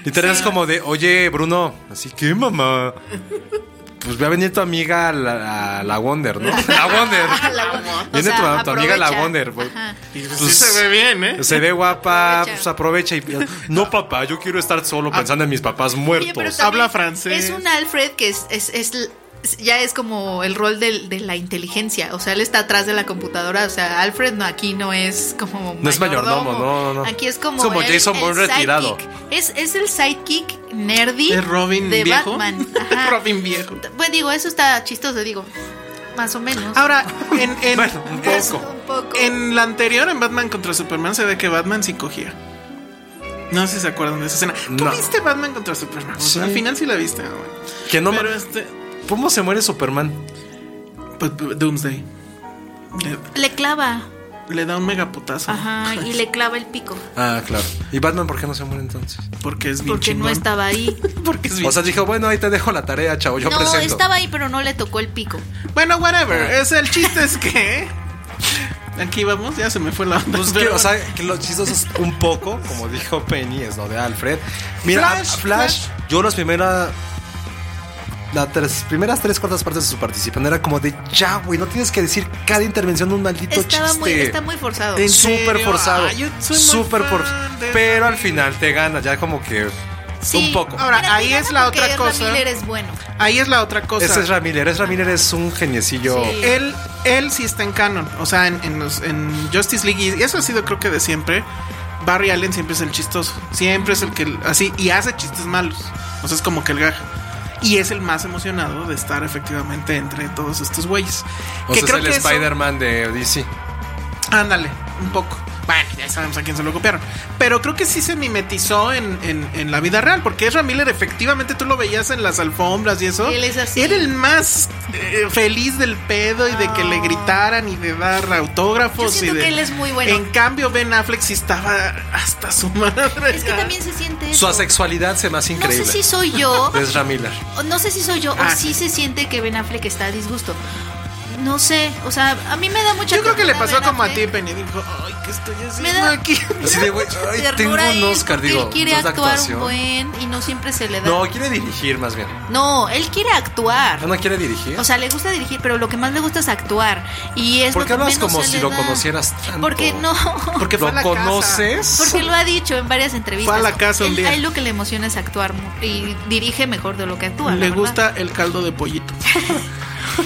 Literal es como de, oye, Bruno, así que mamá. Pues va a venir tu amiga la, la- la Wonder, ¿no? La Wonder. La Wonder. Viene O sea, tu, tu amiga la aprovecha. Wonder, güey. Ajá. Y pues, Pues, sí se ve bien, ¿eh? Se ve guapa, Aprovecha. pues aprovecha y no papá, yo quiero estar solo pensando en mis papás Oye, pero muertos. también Habla francés. Es un Alfred que es, es, es l- ya es como el rol del- de, la inteligencia. O sea, él está atrás de la computadora. O sea, Alfred no, aquí no es como. No es mayordomo, no, no, no. Aquí es como. Es como Jason Bourne retirado. sidekick. Es, es el sidekick nerdy. Es Robin de viejo. Batman. Ajá. Robin viejo. Pues digo, eso está chistoso, digo. Más o menos. Ahora, en, en, Bueno, un es- poco. Un poco. en la anterior, en Batman contra Superman, se ve que Batman sí cogía. No sé si se acuerdan de esa escena. ¿Tú No. viste Batman contra Superman? O sea, Sí. Al final sí la viste. ah, bueno. que no ma- Pero este. ¿Cómo se muere Superman? Pues, pues, Doomsday. Le, Le clava. le da un megapotazo. Ajá. Y le clava el pico. Ah, claro. ¿Y Batman por qué no se muere entonces? Porque es bien Porque no chingón. estaba ahí. Porque es bien- O sea, dijo, bueno, ahí te dejo la tarea, chavo, yo no, presento. estaba ahí, pero no le tocó el pico. Bueno, whatever. Ah. Es, el chiste es que. ¿eh? Aquí vamos, ya se me fue la onda. Pues que, pero o bueno. sea, que lo chistoso es un poco, como dijo Penny, es lo de Alfred. Mira, a- a Flash, Flash, yo las primeras. Las tres- primeras tres cuartas partes de su participación era como de ya, güey, no tienes que decir cada intervención un maldito Estaba chiste. muy, está muy forzado. ¿En Súper serio? forzado. Ah, yo soy muy Súper fan forzado. de Pero al Daredevil. final te gana, ya como que. un poco. Ahora, ahí te es gana la porque otra cosa. Ramírez es bueno. Ahí es la otra cosa. Ese es Ramírez. Es Ramírez es un geniecillo. Sí. él, él sí está en canon. O sea, en, en los- en Justice League. Y eso ha sido, creo que de siempre. Barry Allen siempre es el chistoso. Siempre es el que. Así. Y hace chistes malos. O sea, es como que el gaja. Y es el más emocionado de estar efectivamente entre todos estos güeyes. O sea, es el eso- Spider-Man de DC. Ándale, un poco. Bueno, ya sabemos a quién se lo copiaron. Pero creo que sí se mimetizó en, en- en la vida real. Porque Ezra Miller, efectivamente, tú lo veías en las alfombras y eso. Él es así. Era el más eh, feliz del pedo y de que le gritaran y de dar autógrafos. Ah. Yo siento y de- que él es muy bueno. En cambio, Ben Affleck sí estaba hasta su madre. Es que ya. también se siente Su eso. asexualidad se me hace No sé increíble. si soy yo, Es Ramírez. o no sé si soy yo, Ah, o sí se siente que Ben Affleck está a disgusto. No sé, o sea, a mí me da mucha Yo creo que le ternura pasó ver a como a ti, Fred. Penny. Dijo, ay, ¿qué estoy haciendo Me da- aquí? Así de, güey, ay, Ternura tengo a un él, Oscar, porque digo. Él quiere no es de actuar actuación. buen y no siempre se le da. No, quiere dirigir más bien. No, él quiere actuar. Ah, no quiere dirigir. O sea, le gusta dirigir, pero lo que más le gusta es actuar. Y es ¿Por lo qué que hablas menos como se si le lo da. conocieras tanto? Porque no. Porque fue a ¿Lo la casa. conoces? Porque lo ha dicho en varias entrevistas. Fue a la casa un Él- día. A él lo que le emociona es actuar mu- y dirige mejor de lo que actúa. la Le verdad. gusta el caldo de pollito.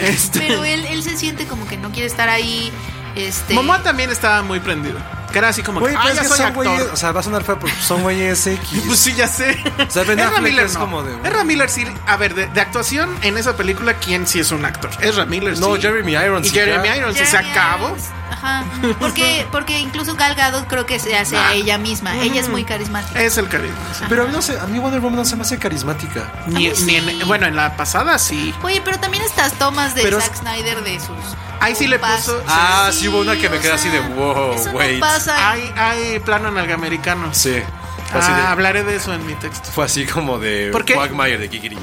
este, Pero él, él se siente como que no quiere estar ahí. Este. Momoa también estaba muy prendido. Que era así como, Güey, que, pero "Ah, es ya que soy son güeyes, actor. o sea, va a sonar feo porque son güeyes X. Pues sí, ya sé. O sea, Ben Ezra Affleck Miller es no. como de- Ezra Miller sí. A ver, de, de actuación en esa película, ¿quién sí es un actor? Ezra Miller No, sí. Jeremy Irons, Y sí, Jeremy ya. Irons, y Jeremy se acabó. Irons. Ajá. Porque, porque incluso Gal Gadot creo que se hace a ella misma. Ella es muy carismática. Es el carisma. sí. Pero a mí, no se- a mí Wonder Woman no se me hace carismática. Ni- mí sí. ni en- bueno, en la pasada sí. Oye, pero también estas tomas de Pero es- Zack Snyder de sus. Ahí sí le compas. puso- Ah, sí, hubo una que me o quedé así de, wow, eso wait. No pasa. Hay, hay plano nalgamericano. Sí. Fue así, Ah, de- hablaré de eso en mi texto. fue así como de ¿Por qué? Quagmire de Kikiri.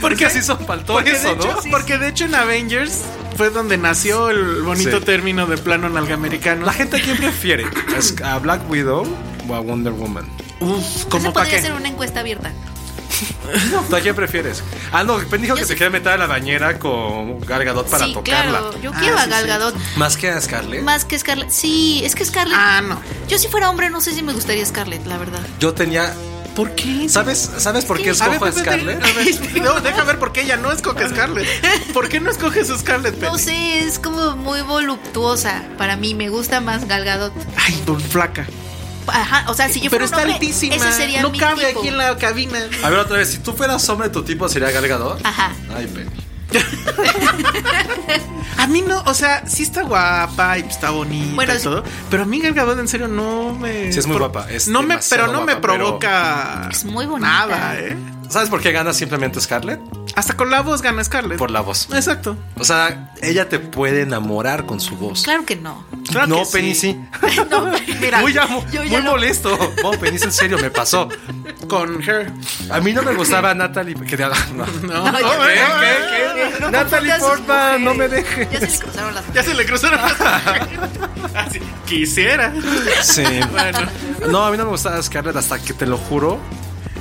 porque así son faltó Porque, eso, de hecho, ¿no? porque de hecho en Avengers fue donde nació el bonito Sí. término de plano nalgamericano. La gente aquí prefiere ¿Es a Black Widow o a Wonder Woman. Uf, Esa ¿cómo para podría qué? ser una encuesta abierta. ¿Tú a quién prefieres? Ah, no, Ben dijo que se quiere meter a la bañera con Gal Gadot para sí, tocarla. claro. Yo Ah, quiero a sí, Gal sí. Gadot. Más que a Scarlett. Más que Scarlett. Sí, es que Scarlett. Ah, no. Yo si fuera hombre no sé si me gustaría Scarlett, la verdad. Yo tenía. ¿Por qué? ¿Sabes, ¿sabes por qué A ver, escojo a espérate, Scarlett? a ver, no, deja ver por qué ella no escoge Scarlett. ¿Por qué no escoges a Scarlett? No Penny? sé, es como muy voluptuosa para mí. Me gusta más Gal Gadot. Ay, por flaca. Ajá, o sea, si yo Pero fuera está un hombre, altísima. ese sería no mi cabe tipo. aquí en la cabina. A ver, otra vez, si tú fueras hombre, tu tipo sería Gal Gadot. Ajá. Ay, Penny. A mí no, o sea, sí está guapa y está bonita Bueno, y sí. todo. Pero a mí Gal Gadot en serio no me. Sí, es muy por- guapa, es no me, demasiado pero no me guapa, pero- provoca. Es muy bonita. Nada, ¿eh? ¿Sabes por qué gana simplemente Scarlett? Hasta con la voz gana Scarlett. Por la voz. Exacto. O sea, ella te puede enamorar con su voz. Claro que no. Claro no, que sí. Penny sí. No, mira, muy amo- yo ya muy lo- molesto. No, Penny, es en serio, me pasó. Con her. A mí no me gustaba Natalie. Que, no. No, ya- no, ¿Qué, qué, no, no, qué? No Natalie confundas sus Portman, no me mujeres. dejes. Ya se le cruzaron las Ya se le cruzaron las Así, Quisiera. Sí. Bueno. No, a mí no me gustaba Scarlett hasta que te lo juro.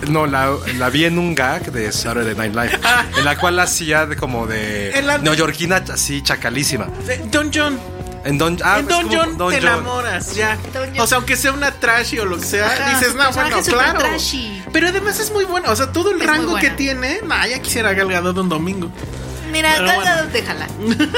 No, la, la vi en un gag de Saturday Night Live, en la cual la hacía de como de En la- neoyorquina así chacalísima. Eh, Don John. En Don, ah, en es Don como John Don te John. enamoras, ya. Don John. O sea, aunque sea una trashy o lo que sea, Ajá, dices, su no, personaje bueno, es súper claro. trashy. Pero además es muy buena. O sea, todo el Es muy rango que buena. tiene, nah, ya quisiera galgado de un domingo. Mira, Pero Gal bueno. Gadot, déjala.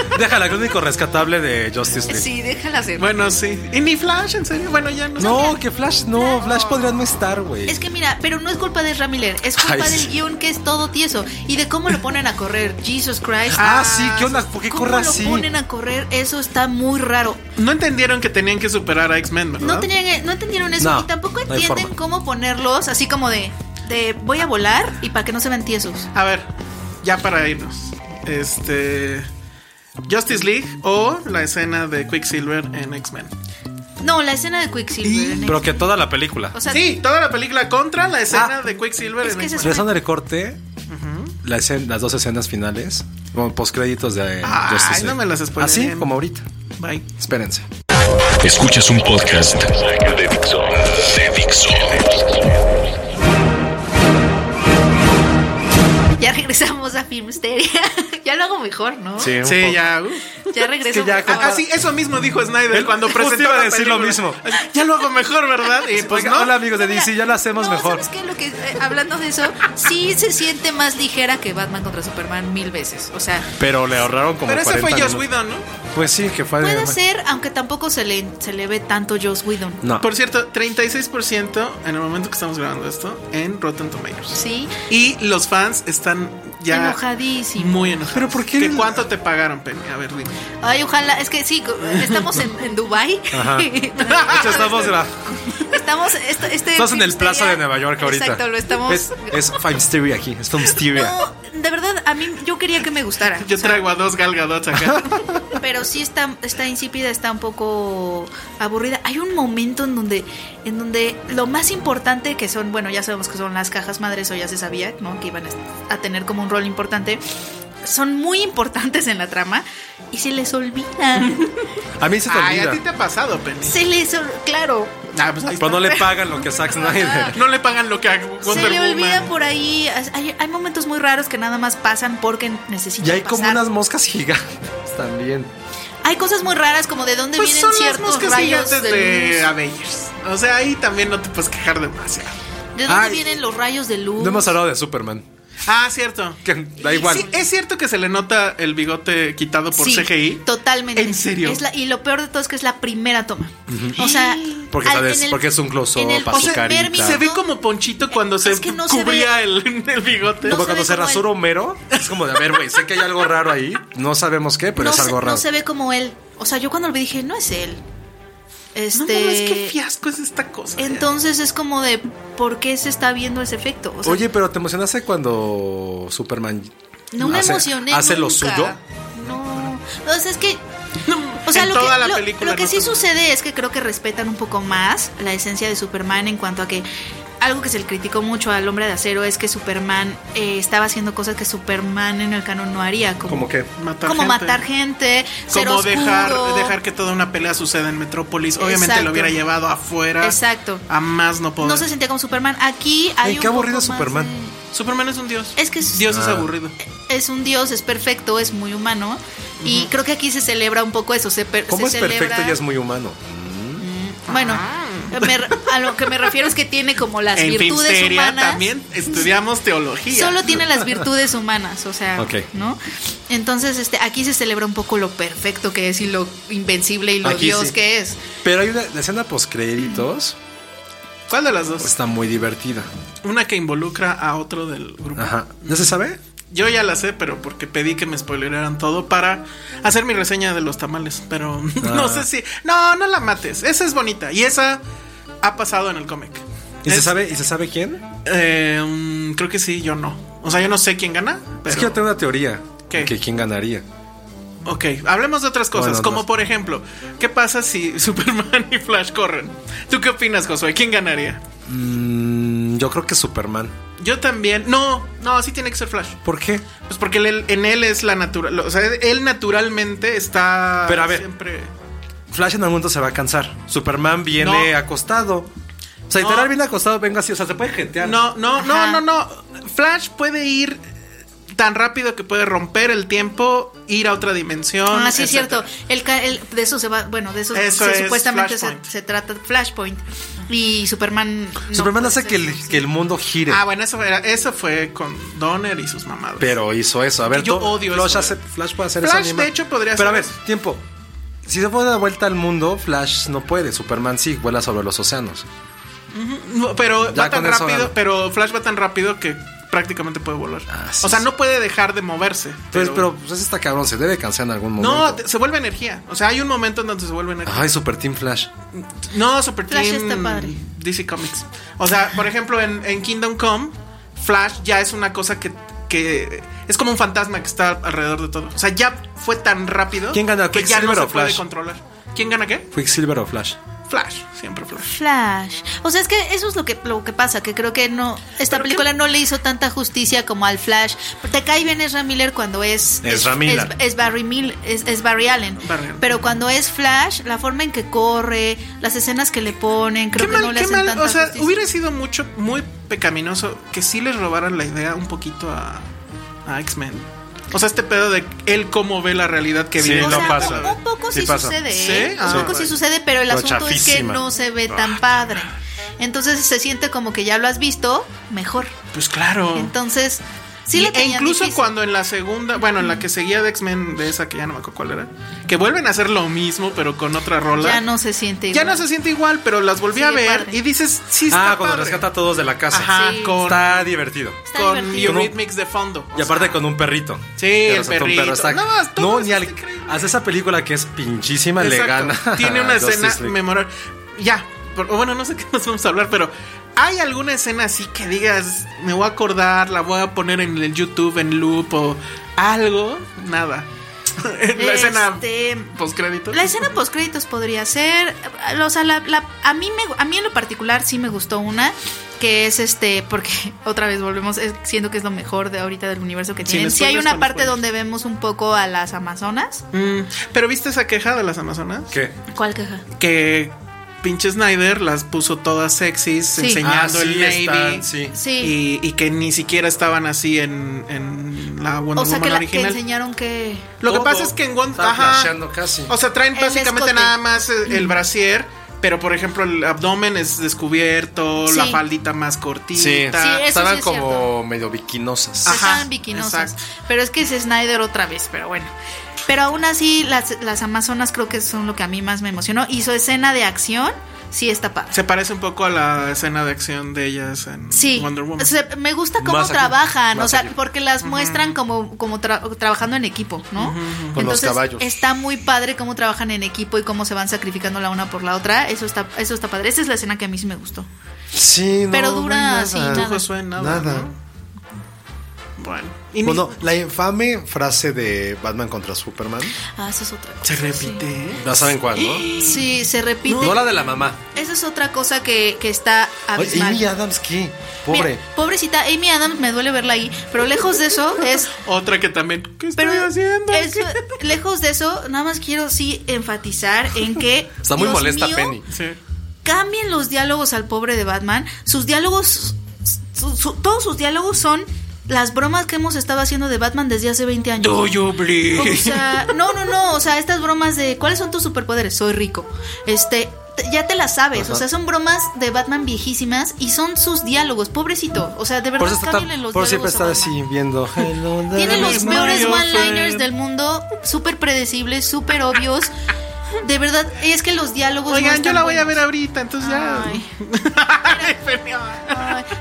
Déjala, que es lo único rescatable de Justice League. Sí, déjala ser. Bueno, sí. Y ni Flash, en serio. Bueno, ya no sé. No, que Flash no, Flash podría no estar, güey. Es que mira, pero no es culpa de Ramiller, es culpa Ay, del sí. guión que es todo tieso y de cómo lo ponen a correr. Jesus Christ. Ah, sí, ¿qué onda? ¿Por qué ¿Cómo corre lo así? ponen a correr? Eso está muy raro. No entendieron que tenían que superar a X-Men, ¿verdad? No, tenían, eh, no entendieron eso No, y tampoco no hay entienden forma. cómo ponerlos así como de, de voy a volar y para que no se vean tiesos. A ver, ya para irnos. Este. Justice League o la escena de Quicksilver en X-Men. No, la escena de Quicksilver. en Pero X- que toda la película. o sea, Sí, toda la película contra la Ah, escena de Quicksilver es en que ese X-Men. Regresando al corte, la escena- las dos escenas finales, bueno, postcréditos de Ay, Justice League. no me las spoileré. Así como ahorita. Bye. Espérense. Escuchas un podcast de Dixo. De Dixo. ya regresamos a Filmsteria. ya lo hago mejor, ¿no? un Sí, poco. ya. uh. Ya regreso. ya mejor. Ah, sí, eso mismo dijo Snyder Él cuando justo presentó iba a la decir lo película. mismo. Así, Ya lo hago mejor, ¿verdad? Y pues Oiga, no. Hola amigos de Mira, DC, ya lo hacemos no, mejor. ¿sabes qué? Lo que, eh, hablando de eso, sí se siente más ligera que Batman contra Superman mil veces. O sea, Pero le ahorraron como Pero ese fue 40 Joss minutos. Whedon, ¿no? Pues sí, que fue puede ser, aunque tampoco se le, se le ve tanto Joss Whedon. No. Por cierto, 36% en el momento que estamos grabando esto en Rotten Tomatoes. Sí, Y los fans están ya enojadísimo. muy enojados. Pero ¿por qué? ¿Cuánto te pagaron, Penny? A ver, dime. Ay, ojalá, es que sí, co- estamos en, en Dubai. De hecho, estamos, mira, Estamos, esto- este estás en el Filmsteria- plaza de Nueva York ahorita. Exacto, lo estamos. Es, es Filmsteria aquí, es Filmsteria. No, de verdad, a mí yo quería que me gustara. Yo traigo a dos galgadots acá. Pero sí está, está insípida, está un poco aburrida. Hay un momento en donde, en donde lo más importante que son, bueno, ya sabemos que son las cajas madres, o ya se sabía, ¿no? Que iban a, a tener como un rol importante. son muy importantes en la trama y se les olvida. A mí se te Ay, a olvida. ti te ha pasado, Penny. se les ol- claro, Ah, pues ahí Pero no está. le pagan lo que a Zack Snyder. No le pagan lo que a Wonder se le Woman. olvida por ahí. Hay, hay momentos muy raros que nada más pasan porque necesitan Y hay como pasar. unas moscas gigantes también. Hay cosas muy raras como de dónde Pues son vienen las ciertos moscas rayos gigantes de, de luz. Avengers. O sea, ahí también no te puedes quejar demasiado. ¿De dónde Ay. vienen los rayos de luz? No hemos hablado de Superman. Ah, cierto. Que da igual. Sí, es cierto que se le nota el bigote quitado por Sí, CGI. Totalmente. ¿En serio? Es la- y lo peor de todo es que es la primera toma. O sea, Porque, al- ¿sabes? en el- Porque es un close-up en el a su primer carita. minuto- Se ve como Ponchito cuando Es se que no se cubría el, el bigote. No Como se cuando ve se como rasura él. Homero, es como de, a ver, güey, sé que hay algo raro ahí, no sabemos qué, pero no es algo se, raro. no se ve como él. O sea, yo cuando lo vi dije, no es él. Este. No mames, qué fiasco es esta cosa. Entonces es como de, ¿por qué se está viendo ese efecto? O sea, Oye, pero te emocionaste cuando Superman no me hace- emocioné. hace lo nunca. suyo. No. No, o sea, es que. O En sea, lo, toda que, la lo- película lo que no sí se- sucede es que creo que respetan un poco más la esencia de Superman en cuanto a que algo que se le criticó mucho al hombre de acero es que Superman eh, estaba haciendo cosas que Superman en el canon no haría, como, como que Matar como gente. matar gente, ser Como dejar, oscuro. dejar que toda una pelea suceda en Metrópolis. Obviamente Exacto. lo hubiera llevado afuera. Exacto. A más no poder. No se sentía como Superman. Aquí hay Ay, un qué aburrido poco más Superman. de- Superman es un dios. Es que es- Dios es Ah. aburrido. es un dios, es perfecto, es muy humano. Y creo que aquí se celebra un poco eso. Se per- como es se perfecto celebra- y es Ah. muy humano. Bueno, me re- a lo que me refiero es que tiene como las en virtudes Filmsteria humanas. también estudiamos teología. Solo tiene las virtudes humanas, o sea, Ok. ¿no? Entonces, este, aquí se celebra un poco lo perfecto que es y lo invencible y lo Aquí dios sí. que es. Pero hay una la escena post créditos, ¿Cuál de Mm. las dos? está muy divertida. Una que involucra a otro del grupo. Ajá. ¿No se sabe? Yo ya la sé, pero porque pedí que me spoileraran todo para hacer mi reseña de los tamales. Pero Ah. no sé si. No, no la mates. Esa es bonita. Y esa ha pasado en el cómic. ¿Y se Es- sabe? ¿Y se sabe quién? Eh, mm, creo que sí, yo no. O sea, yo no sé quién gana. Es pero- que yo tengo una teoría ¿Qué? de que quién ganaría. Ok, hablemos de otras cosas. Bueno, como no. por ejemplo, ¿qué pasa si Superman y Flash corren? ¿Tú qué opinas, Josué? ¿Quién ganaría? Mm, yo creo que Superman. Yo también. No, no, así tiene que ser Flash. ¿Por qué? Pues porque él- en él es la natural. O sea, él naturalmente está. Pero a ver. Siempre. Flash en algún momento se va a cansar. Superman viene No. acostado. O sea, No. literal viene acostado, venga así, o sea, se puede gentear. No, no, Ajá. no, no, no. Flash puede ir tan rápido que puede romper el tiempo, ir a otra dimensión. Ah, sí, es etcétera. cierto. El, ca- el- de eso se va, bueno, de eso, Eso se- es supuestamente se, Flashpoint. se trata Flashpoint. Y Superman. no Superman puede hace ser que el, eso, sí. que el mundo gire. Ah, bueno, eso, era, eso fue con Donner y sus mamadas. Pero hizo eso. A ver, Yo tú- odio Flash eso. hace- Flash puede hacer Flash, eso. anima. de hecho, podría Pero a hacer ver, eso. tiempo. Si se pone la vuelta al mundo, Flash no puede. Superman sí vuela sobre los océanos. No, pero Ya va tan con eso rápido, gano. pero Flash va tan rápido que prácticamente puede volar. Ah, sí, o sea, sí. no puede dejar de moverse. Entonces, pero, pues ese está cabrón, se debe cansar en algún momento. no, te- se vuelve energía. O sea, hay un momento en donde se vuelve energía. Ay, Super Team Flash. No, Super Flash Team está padre. DC Comics. O sea, por ejemplo, en, en Kingdom Come, Flash ya es una cosa que, que es como un fantasma que está alrededor de todo. O sea, ya fue tan rápido ¿Quién gana, que ya no Quicksilver se o puede Flash? controlar. ¿Quién gana qué? Quicksilver o Flash. Flash, siempre Flash. Flash. O sea, es que eso es lo que, lo que pasa, que creo que no. Esta película no le hizo tanta justicia como al Flash. Te cae bien Ezra Miller cuando es. Ezra Miller. Es, es Barry Mil- es, es Barry Allen. Barry Allen. Pero cuando es Flash, la forma en que corre, las escenas que le ponen, creo qué que mal, no le qué hacen mal. tanta O sea, justicia. hubiera sido mucho, muy pecaminoso que sí les robaran la idea un poquito a, a X-Men. O sea, este pedo de él cómo ve la realidad que Sí, vive. O no sea, pasa. Un, un poco sí, Sí pasa. sucede. ¿Sí? ¿eh? Ah, un poco sí bueno. suede, pero el Pero asunto es que chafísima. Ah. no se ve tan padre. Entonces se siente como que ya lo has visto mejor. Pues Oh. claro. Entonces, sí Y- le e tenían incluso difícil. cuando en la segunda, bueno, en la que seguía de X-Men, de esa que ya no me acuerdo cuál era, que vuelven a hacer lo mismo, pero con otra rola. ya no se siente Ya igual. no se siente igual, pero las volví Sigue a ver padre. y dices, sí, está Ah, cuando padre. rescata a todos de la casa. Ajá, Sí. con, Está divertido. Está con divertido. Eurythmics de fondo. O Y aparte sea, con un perrito. Sí, Que el resulta un perro, perrito. está- No, todo No, eso ni al. está increíble. Hasta esa película que es pinchísima le exacto. gana. Tiene una a Justice escena League. memorable. Ya, por- bueno, no sé qué nos vamos a hablar, pero ¿hay alguna escena así que digas, me voy a acordar, la voy a poner en el YouTube, en loop o algo? Nada. la escena Este, postcrédito. La escena post créditos podría ser, o sea, la- la- a mí me, a mí en lo particular sí me gustó una que es este, porque otra vez volvemos, es- siento que es lo mejor de ahorita del universo que Sin tienen. sí hay spoilers, una con parte spoilers. donde vemos un poco a las amazonas. Mm, Pero viste esa queja de las Amazonas? ¿Qué? ¿Cuál queja? Que pinche Snyder las puso todas sexys, Sí. Ah, sí, enseñando el Navy. están, sí. Sí. Y, y que ni siquiera estaban así en, en la Wonder o sea, que, Woman la, que original. enseñaron que... Lo que Todo. pasa es que en Wonder Estaba flasheando casi. O sea, traen El básicamente escote. Mm. nada más el, el brasier, pero por ejemplo el abdomen es descubierto, la Sí. faldita más cortita. Sí, eso sí es estaban como cierto. medio biquinosas. se Ajá, estaban biquinosas. exacto. Pero es que es Snyder otra vez, pero bueno. Pero aún así, las, las Amazonas creo que son lo que a mí más me emocionó. Y su escena de acción sí está padre. Se parece un poco a la escena de acción de ellas en Sí, Wonder Woman. Se- me gusta cómo Más aquí, trabajan, más o sea, aquí. porque las muestran como, como tra- trabajando en equipo, ¿no? Con los caballos. Está muy padre cómo trabajan en equipo y cómo se van sacrificando la una por la otra. Eso está, eso está padre. Esa es la escena que a mí sí me gustó. Sí, no, Pero no hay dura nada. así, nada. Josué, nada, Nada. ¿no? Bueno, y ni- Bueno, la infame frase de Batman contra Superman. Ah, eso es otra cosa. se repite. ¿eh? Ya saben cuál, ¿no? Sí, Sí, se repite. No la de la mamá. Esa es otra cosa que, que está Ay, abismal. Amy Adams, ¿qué? Mira, Pobre. pobrecita Amy Adams, me duele verla ahí, pero lejos de eso es Otra que también. ¿Qué estoy Pero haciendo? eso- ¿Qué? lejos de eso, nada más quiero sí enfatizar en que Está muy Dios molesta mío, Penny. Sí. pues Cambien los diálogos al pobre de Batman. Sus diálogos, su- su- todos sus diálogos son las bromas que hemos estado haciendo de Batman desde hace 20 años. Do you bleed? O sea, no, no, no, o sea, estas bromas de ¿cuáles son tus superpoderes? Soy rico. Este, te- ya te las sabes, o sea, son bromas de Batman viejísimas y son sus diálogos, pobrecito. O sea, de Por verdad, eso está tan- cámbienle los por eso siempre diálogos a está Batman. así viendo. Tiene los Mario peores one-liners Fer. del mundo, súper predecibles, súper obvios. De verdad, es que los diálogos. no Oigan, yo están la voy a ver buenos. ahorita, entonces ya. Ay. Ay,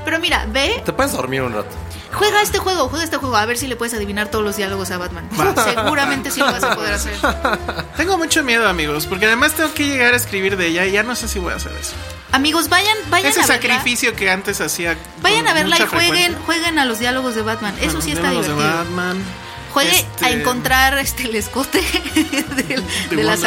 Pero mira, ve, Te puedes dormir un rato. juega este juego, juega este juego, a ver si le puedes adivinar todos los diálogos a Batman. Seguramente sí lo vas a poder hacer. Tengo mucho miedo, amigos, porque además tengo que llegar a escribir de ella y ya no sé si voy a hacer eso. Amigos, vayan, vayan Ese a verla. sacrificio que antes hacía. con Vayan a verla y mucha jueguen, frecuencia. jueguen a los diálogos de Batman. Eso Bueno, sí está vemos los de divertido. Batman. Juegue Este, a encontrar este el escote del- de, de Wonder las Woman, de las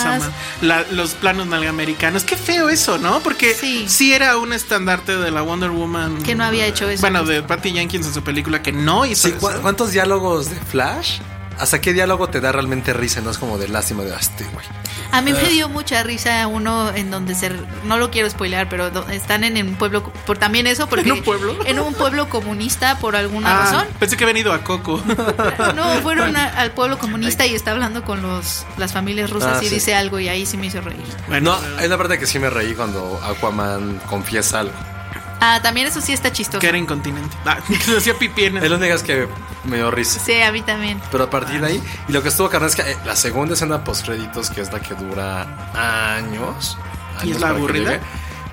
Amazonas. ama- la- los planos nalgamericanos. Qué feo eso, ¿no? Porque Sí. sí. era un estandarte de la Wonder Woman. Que no había hecho eso. Bueno, de Patty Jenkins en su película que no hizo Sí, eso. ¿cu- ¿Cuántos diálogos de Flash? ¿Hasta qué diálogo te da realmente risa? No es como de lástima de "Ah, este, güey. A mí me dio mucha risa uno en donde se no lo quiero spoilear, pero do- están en un pueblo co- por también eso porque un pueblo? en un pueblo comunista por alguna Ah, pensé que habían ido a Coco. razón. No, fueron a- al pueblo comunista y está hablando con los las familias rusas Ah, y sí. dice algo y ahí sí me hizo reír. Bueno, hay una parte que sí me reí cuando Aquaman confiesa algo. Ah, también eso sí está chistoso. que era incontinente. Ah, que se hacía pipí en el- Es lo único que me dio risa. Sí, a mí también. Pero a partir de Ah. ahí, y lo que estuvo carnal es que eh, la segunda escena post créditos, que es la que dura años. años ¿Y es la para que aburrida? llegue,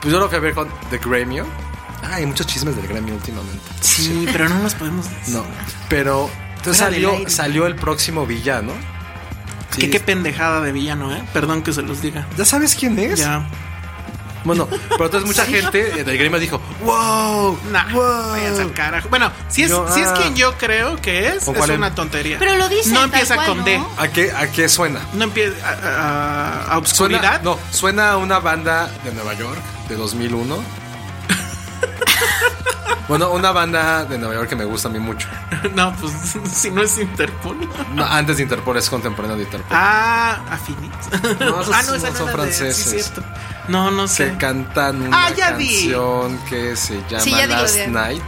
Pues yo lo que ver con The Gremio. Ah, hay muchos chismes del Gremio últimamente. Sí, pero no nos podemos decir. No, pero entonces Fuera del salió, aire. salió el próximo villano. Que Sí. qué pendejada de villano, ¿eh? Perdón que se los diga. ¿Ya sabes quién es? Ya. Bueno, pero entonces mucha gente eh, del gremio dijo, wow, Nah, wow. váyanse al carajo. Bueno, si es, Yo, si es ah. quien yo creo que es, ¿Con es cuál em- una tontería. Pero lo dice No empieza tal cual, con D. ¿no? ¿A qué, ¿A qué suena? No empieza a, a- a Suena, obscuridad. No, suena a una banda de Nueva York de 2001. bueno, una banda de Nueva York que me gusta a mí mucho. No, pues si no es Interpol. No, antes de Interpol, es contemporáneo de Interpol. Ah, Afinis. No, esos ah, no esa son era de- sí, franceses. cierto. No, no sé. Que cantan una Ah, ya vi. canción que se llama Sí, ya digo Last de- Night.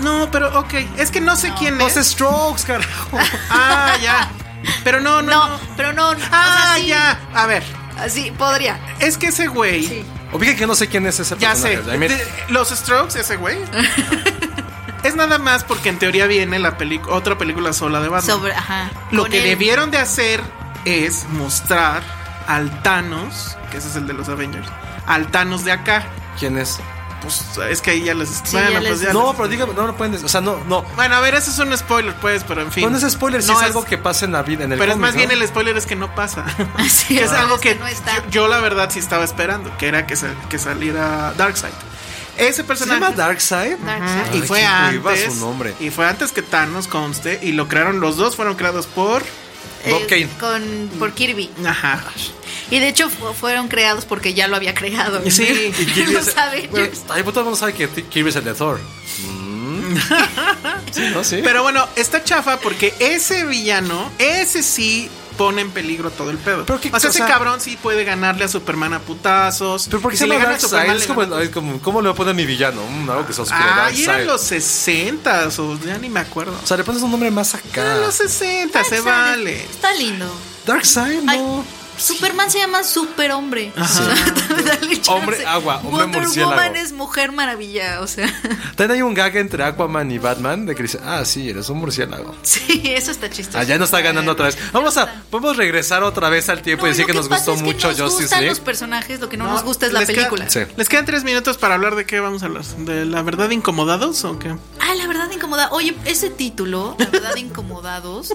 No, pero ok. Es que no sé quién Los es. Strokes, carajo. Ah, ya. Pero no, no. No, no. pero no. o sea, Ah, sí, ya. A ver. Sí, podría. Es que ese güey. O fíjate que no sé quién es ese Ya sé. personaje. I mean, de- los Strokes, ese güey. es nada más porque en teoría viene la peli- otra película sola de Batman. Sobre, ajá. Ah, Lo Con que él. debieron de hacer es mostrar al Thanos, que ese es el de los Avengers, al Thanos de acá. ¿Quién es? Pues es que ahí ya les. Sí, ya les- Ya No, pero dígame, no lo pueden decir. O sea, no, no. Bueno, a ver, eso es un spoiler, pues, pero en fin. No, no es spoiler, si No es, algo que pasa en la vida, en el Pero es cómic, más bien ¿no? el spoiler es que no pasa. Sí, que es ah, algo es que, que no está. yo, yo la verdad sí estaba esperando, que era que, sal- que saliera Darkseid. Ese ¿Se personaje. llama Darkseid? Darkseid. Ay, y fue qué hueva antes. su nombre. Y fue antes que Thanos conste. Y lo crearon, los dos fueron creados por. Bob Eh, Kane. con por Kirby. Ajá. Y de hecho fu- fueron creados porque ya lo había creado. Sí, y Kirby no es- sabe. Bueno, ahí todo el mundo sabe que Kirby es el de Thor. Mm. sí, ¿no? Sí. Pero bueno, está chafa porque ese villano, ese sí pone en peligro todo el pedo. Pero qué o sea, ese cosa- cabrón sí puede ganarle a Superman a putazos. Pero porque Y se le gana a Superman, Es le como, gana- ay, como- ¿Cómo le voy a poner a mi villano? Mm, algo que se oscure, Ah, y Darkseid. eran los 60 o ya ni me acuerdo. O sea, le pones un nombre más Ah. Eran acá. los 60, se vale. Está lindo. Darkseid, Ay, no. Superman se llama Superhombre. Dale chance. Hombre agua, hombre Wonder murciélago. Woman es mujer maravilla, o sea. También hay un gag entre Aquaman y Batman de que dice, ah, sí, eres un murciélago. Sí, eso está chistoso. Allá nos Ah, está ganando otra vez. Vamos a, podemos regresar otra vez al tiempo No, y decir lo que, nos pasa gustó es que mucho nos Justice gustan League. los personajes, lo que no, nos gusta es la les queda- película. Sí. Les quedan tres minutos para hablar de qué vamos a hablar. ¿De la verdad incomodados o qué? Ah, la verdad incomoda. Oye, ese título, la verdad incomodados.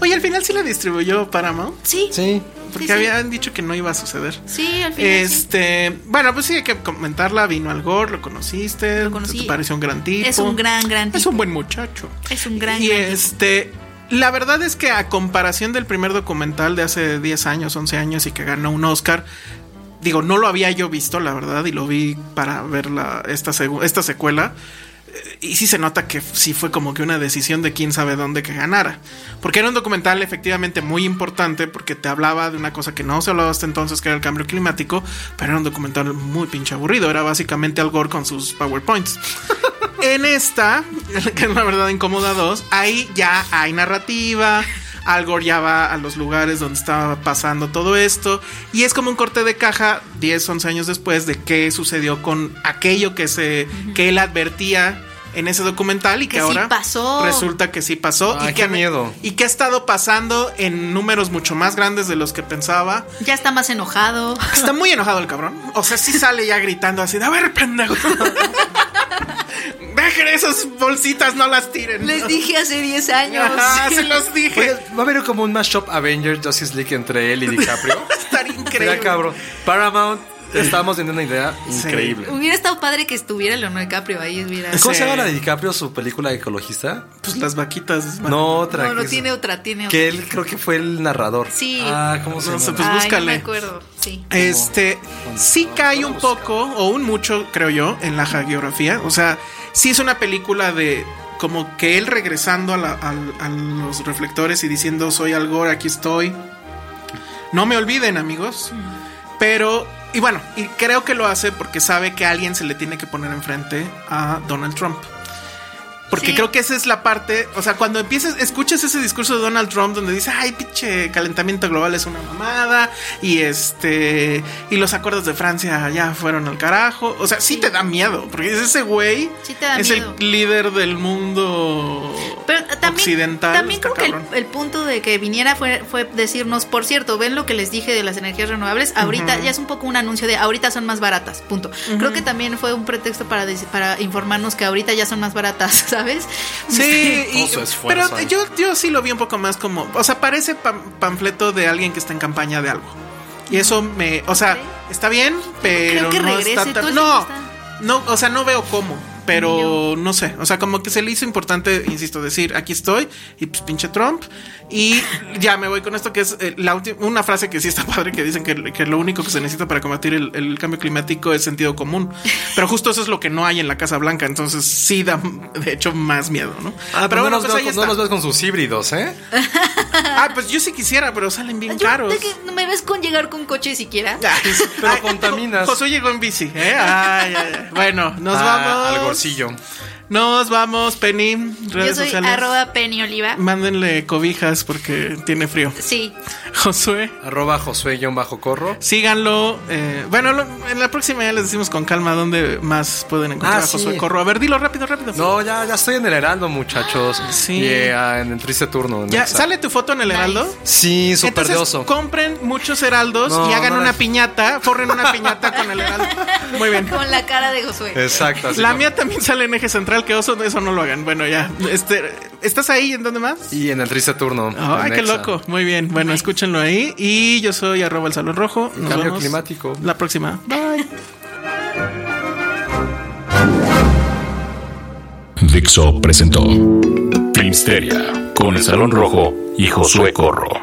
Oye, al final sí la distribuyó Paramount. Sí. Sí. Porque Sí, sí. habían dicho que no iba a suceder. Sí, al final. sí. Este, bueno, pues sí, hay que comentarla. Vino al Gore, lo conociste, Lo conocí. te pareció un gran tipo. Es un gran, gran Es tipo. un buen muchacho. Es un gran, Y gran tipo. este, la verdad es que a comparación del primer documental de hace 10 años, 11 años y que ganó un Oscar, digo, no lo había yo visto, la verdad, y lo vi para ver la, esta, segu- esta secuela. Eh, Y sí se nota que sí fue como que una decisión de quién sabe dónde que ganara. Porque era un documental efectivamente muy importante porque te hablaba de una cosa que no se hablaba hasta entonces, que era el cambio climático, pero era un documental muy pinche aburrido. Era básicamente Al Gore con sus PowerPoints. En esta, que es la verdad incómoda 2, ahí ya hay narrativa. Al Gore ya va a los lugares donde estaba pasando todo esto. Y es como un corte de caja 10, 11 años después de qué sucedió con aquello que, se, que él advertía en ese documental y que, Que sí ahora pasó. resulta que sí pasó. Ay, y que qué ha- miedo. Y que ha estado pasando en números mucho más grandes de los que pensaba. Ya está más enojado. Está muy enojado el cabrón. O sea, sí sale ya gritando así, de, a ver, pendejo. Dejen esas bolsitas, no las tiren. Les dije hace 10 años. Ajá, se los dije. Oye, va a haber como un mashup Avengers Justice League entre él y DiCaprio. Estaría increíble. Mira, cabrón. Paramount, estábamos teniendo una idea Sí. increíble. Hubiera estado padre que estuviera Leonardo DiCaprio ahí. Hubiera... ¿Cómo Sí. se llama la de DiCaprio, su película de ecologista? Pues las vaquitas. No, otra. No, no que- tiene otra, tiene otra. Que él creo que fue el narrador. Sí. Ah, ¿cómo se No llama? sé, pues, Ay, búscale. No me acuerdo. Sí. Este, sí cae un poco, o un mucho, creo yo, en la hagiografía. O sea, sí es una película de como que él regresando a, la- al- a los reflectores y diciendo, soy Al Gore, aquí estoy. No me olviden, amigos. Pero, y bueno, y creo que lo hace porque sabe que alguien se le tiene que poner enfrente a Donald Trump. Porque Sí. creo que esa es la parte, o sea, cuando empiezas, escuchas ese discurso de Donald Trump donde dice, ay, pinche calentamiento global es una mamada, y este, y los acuerdos de Francia ya fueron al carajo, o sea, sí, te da miedo, porque dices, ese güey Sí te da es miedo. el líder del mundo Pero eh, también, occidental. también está creo que el, cabrón. el punto de que viniera fue, fue decirnos, por cierto, ven lo que les dije de las energías renovables, ahorita ya es un poco un anuncio de ahorita son más baratas, punto. Creo que también fue un pretexto para, dec- para informarnos que ahorita ya son más baratas, ¿sabes? Sí, y- Todo su esfuerzo pero ahí. yo, yo sí lo vi un poco más como, o sea, parece pam- panfleto de alguien que está en campaña de algo. Y eso me, o sea, está bien, pero creo que no regrese, está todo tan- el no, tiempo no, o sea, no veo cómo, pero no sé, o sea, como que se le hizo importante, insisto, decir, aquí estoy y pues pinche Trump y ya me voy con esto que es eh, la ulti- una frase que sí está padre que dicen que, que lo único que se necesita para combatir el, el cambio climático es sentido común, pero justo eso es lo que no hay en la Casa Blanca, entonces sí da de hecho más miedo, ¿no? Ah, pero pero no, bueno, los pues veo ahí con- no está. los ves con sus híbridos, ¿eh? Ah, pues yo sí quisiera, pero salen bien Yo- caros. de que no me ves con llegar con coche siquiera. Ay, Pero ay, contaminas. Josué llegó en bici, ¿eh? Ay, ay, ay. Bueno, nos Ah, Al vamos. gorcillo. Nos vamos, Penny. Redes Yo soy sociales. arroba Penny Oliva. Mándenle cobijas porque tiene frío. Sí, Josué. Arroba Josué-Corro. Síganlo. eh, bueno, lo- en la próxima ya les decimos con calma dónde más pueden encontrar Ah, a Josué sí. Corro. A ver, dilo rápido, rápido. No, ya, ya estoy en el Heraldo, muchachos. Sí. Y, eh, ah, en el triste turno. en ¿Ya Exa. sale tu foto en el heraldo? Sí, súper de Entonces, oso. compren muchos heraldos No, y hagan no una la- piñata, forren una piñata con el heraldo. Muy bien. con la cara de Josué. Exacto. así La como- mía también sale en eje central, que oso, eso no lo hagan. Bueno, ya. Este, ¿Estás ahí? ¿En dónde más? Y en el triste turno. Ay, en qué Exa. loco. Muy bien. Bueno, escúchenlo ahí. Y yo soy arroba el salón rojo. Nos Cambio vemos climático. La próxima. Dixo presentó Filmsteria con el Salón Rojo y Josué Corro.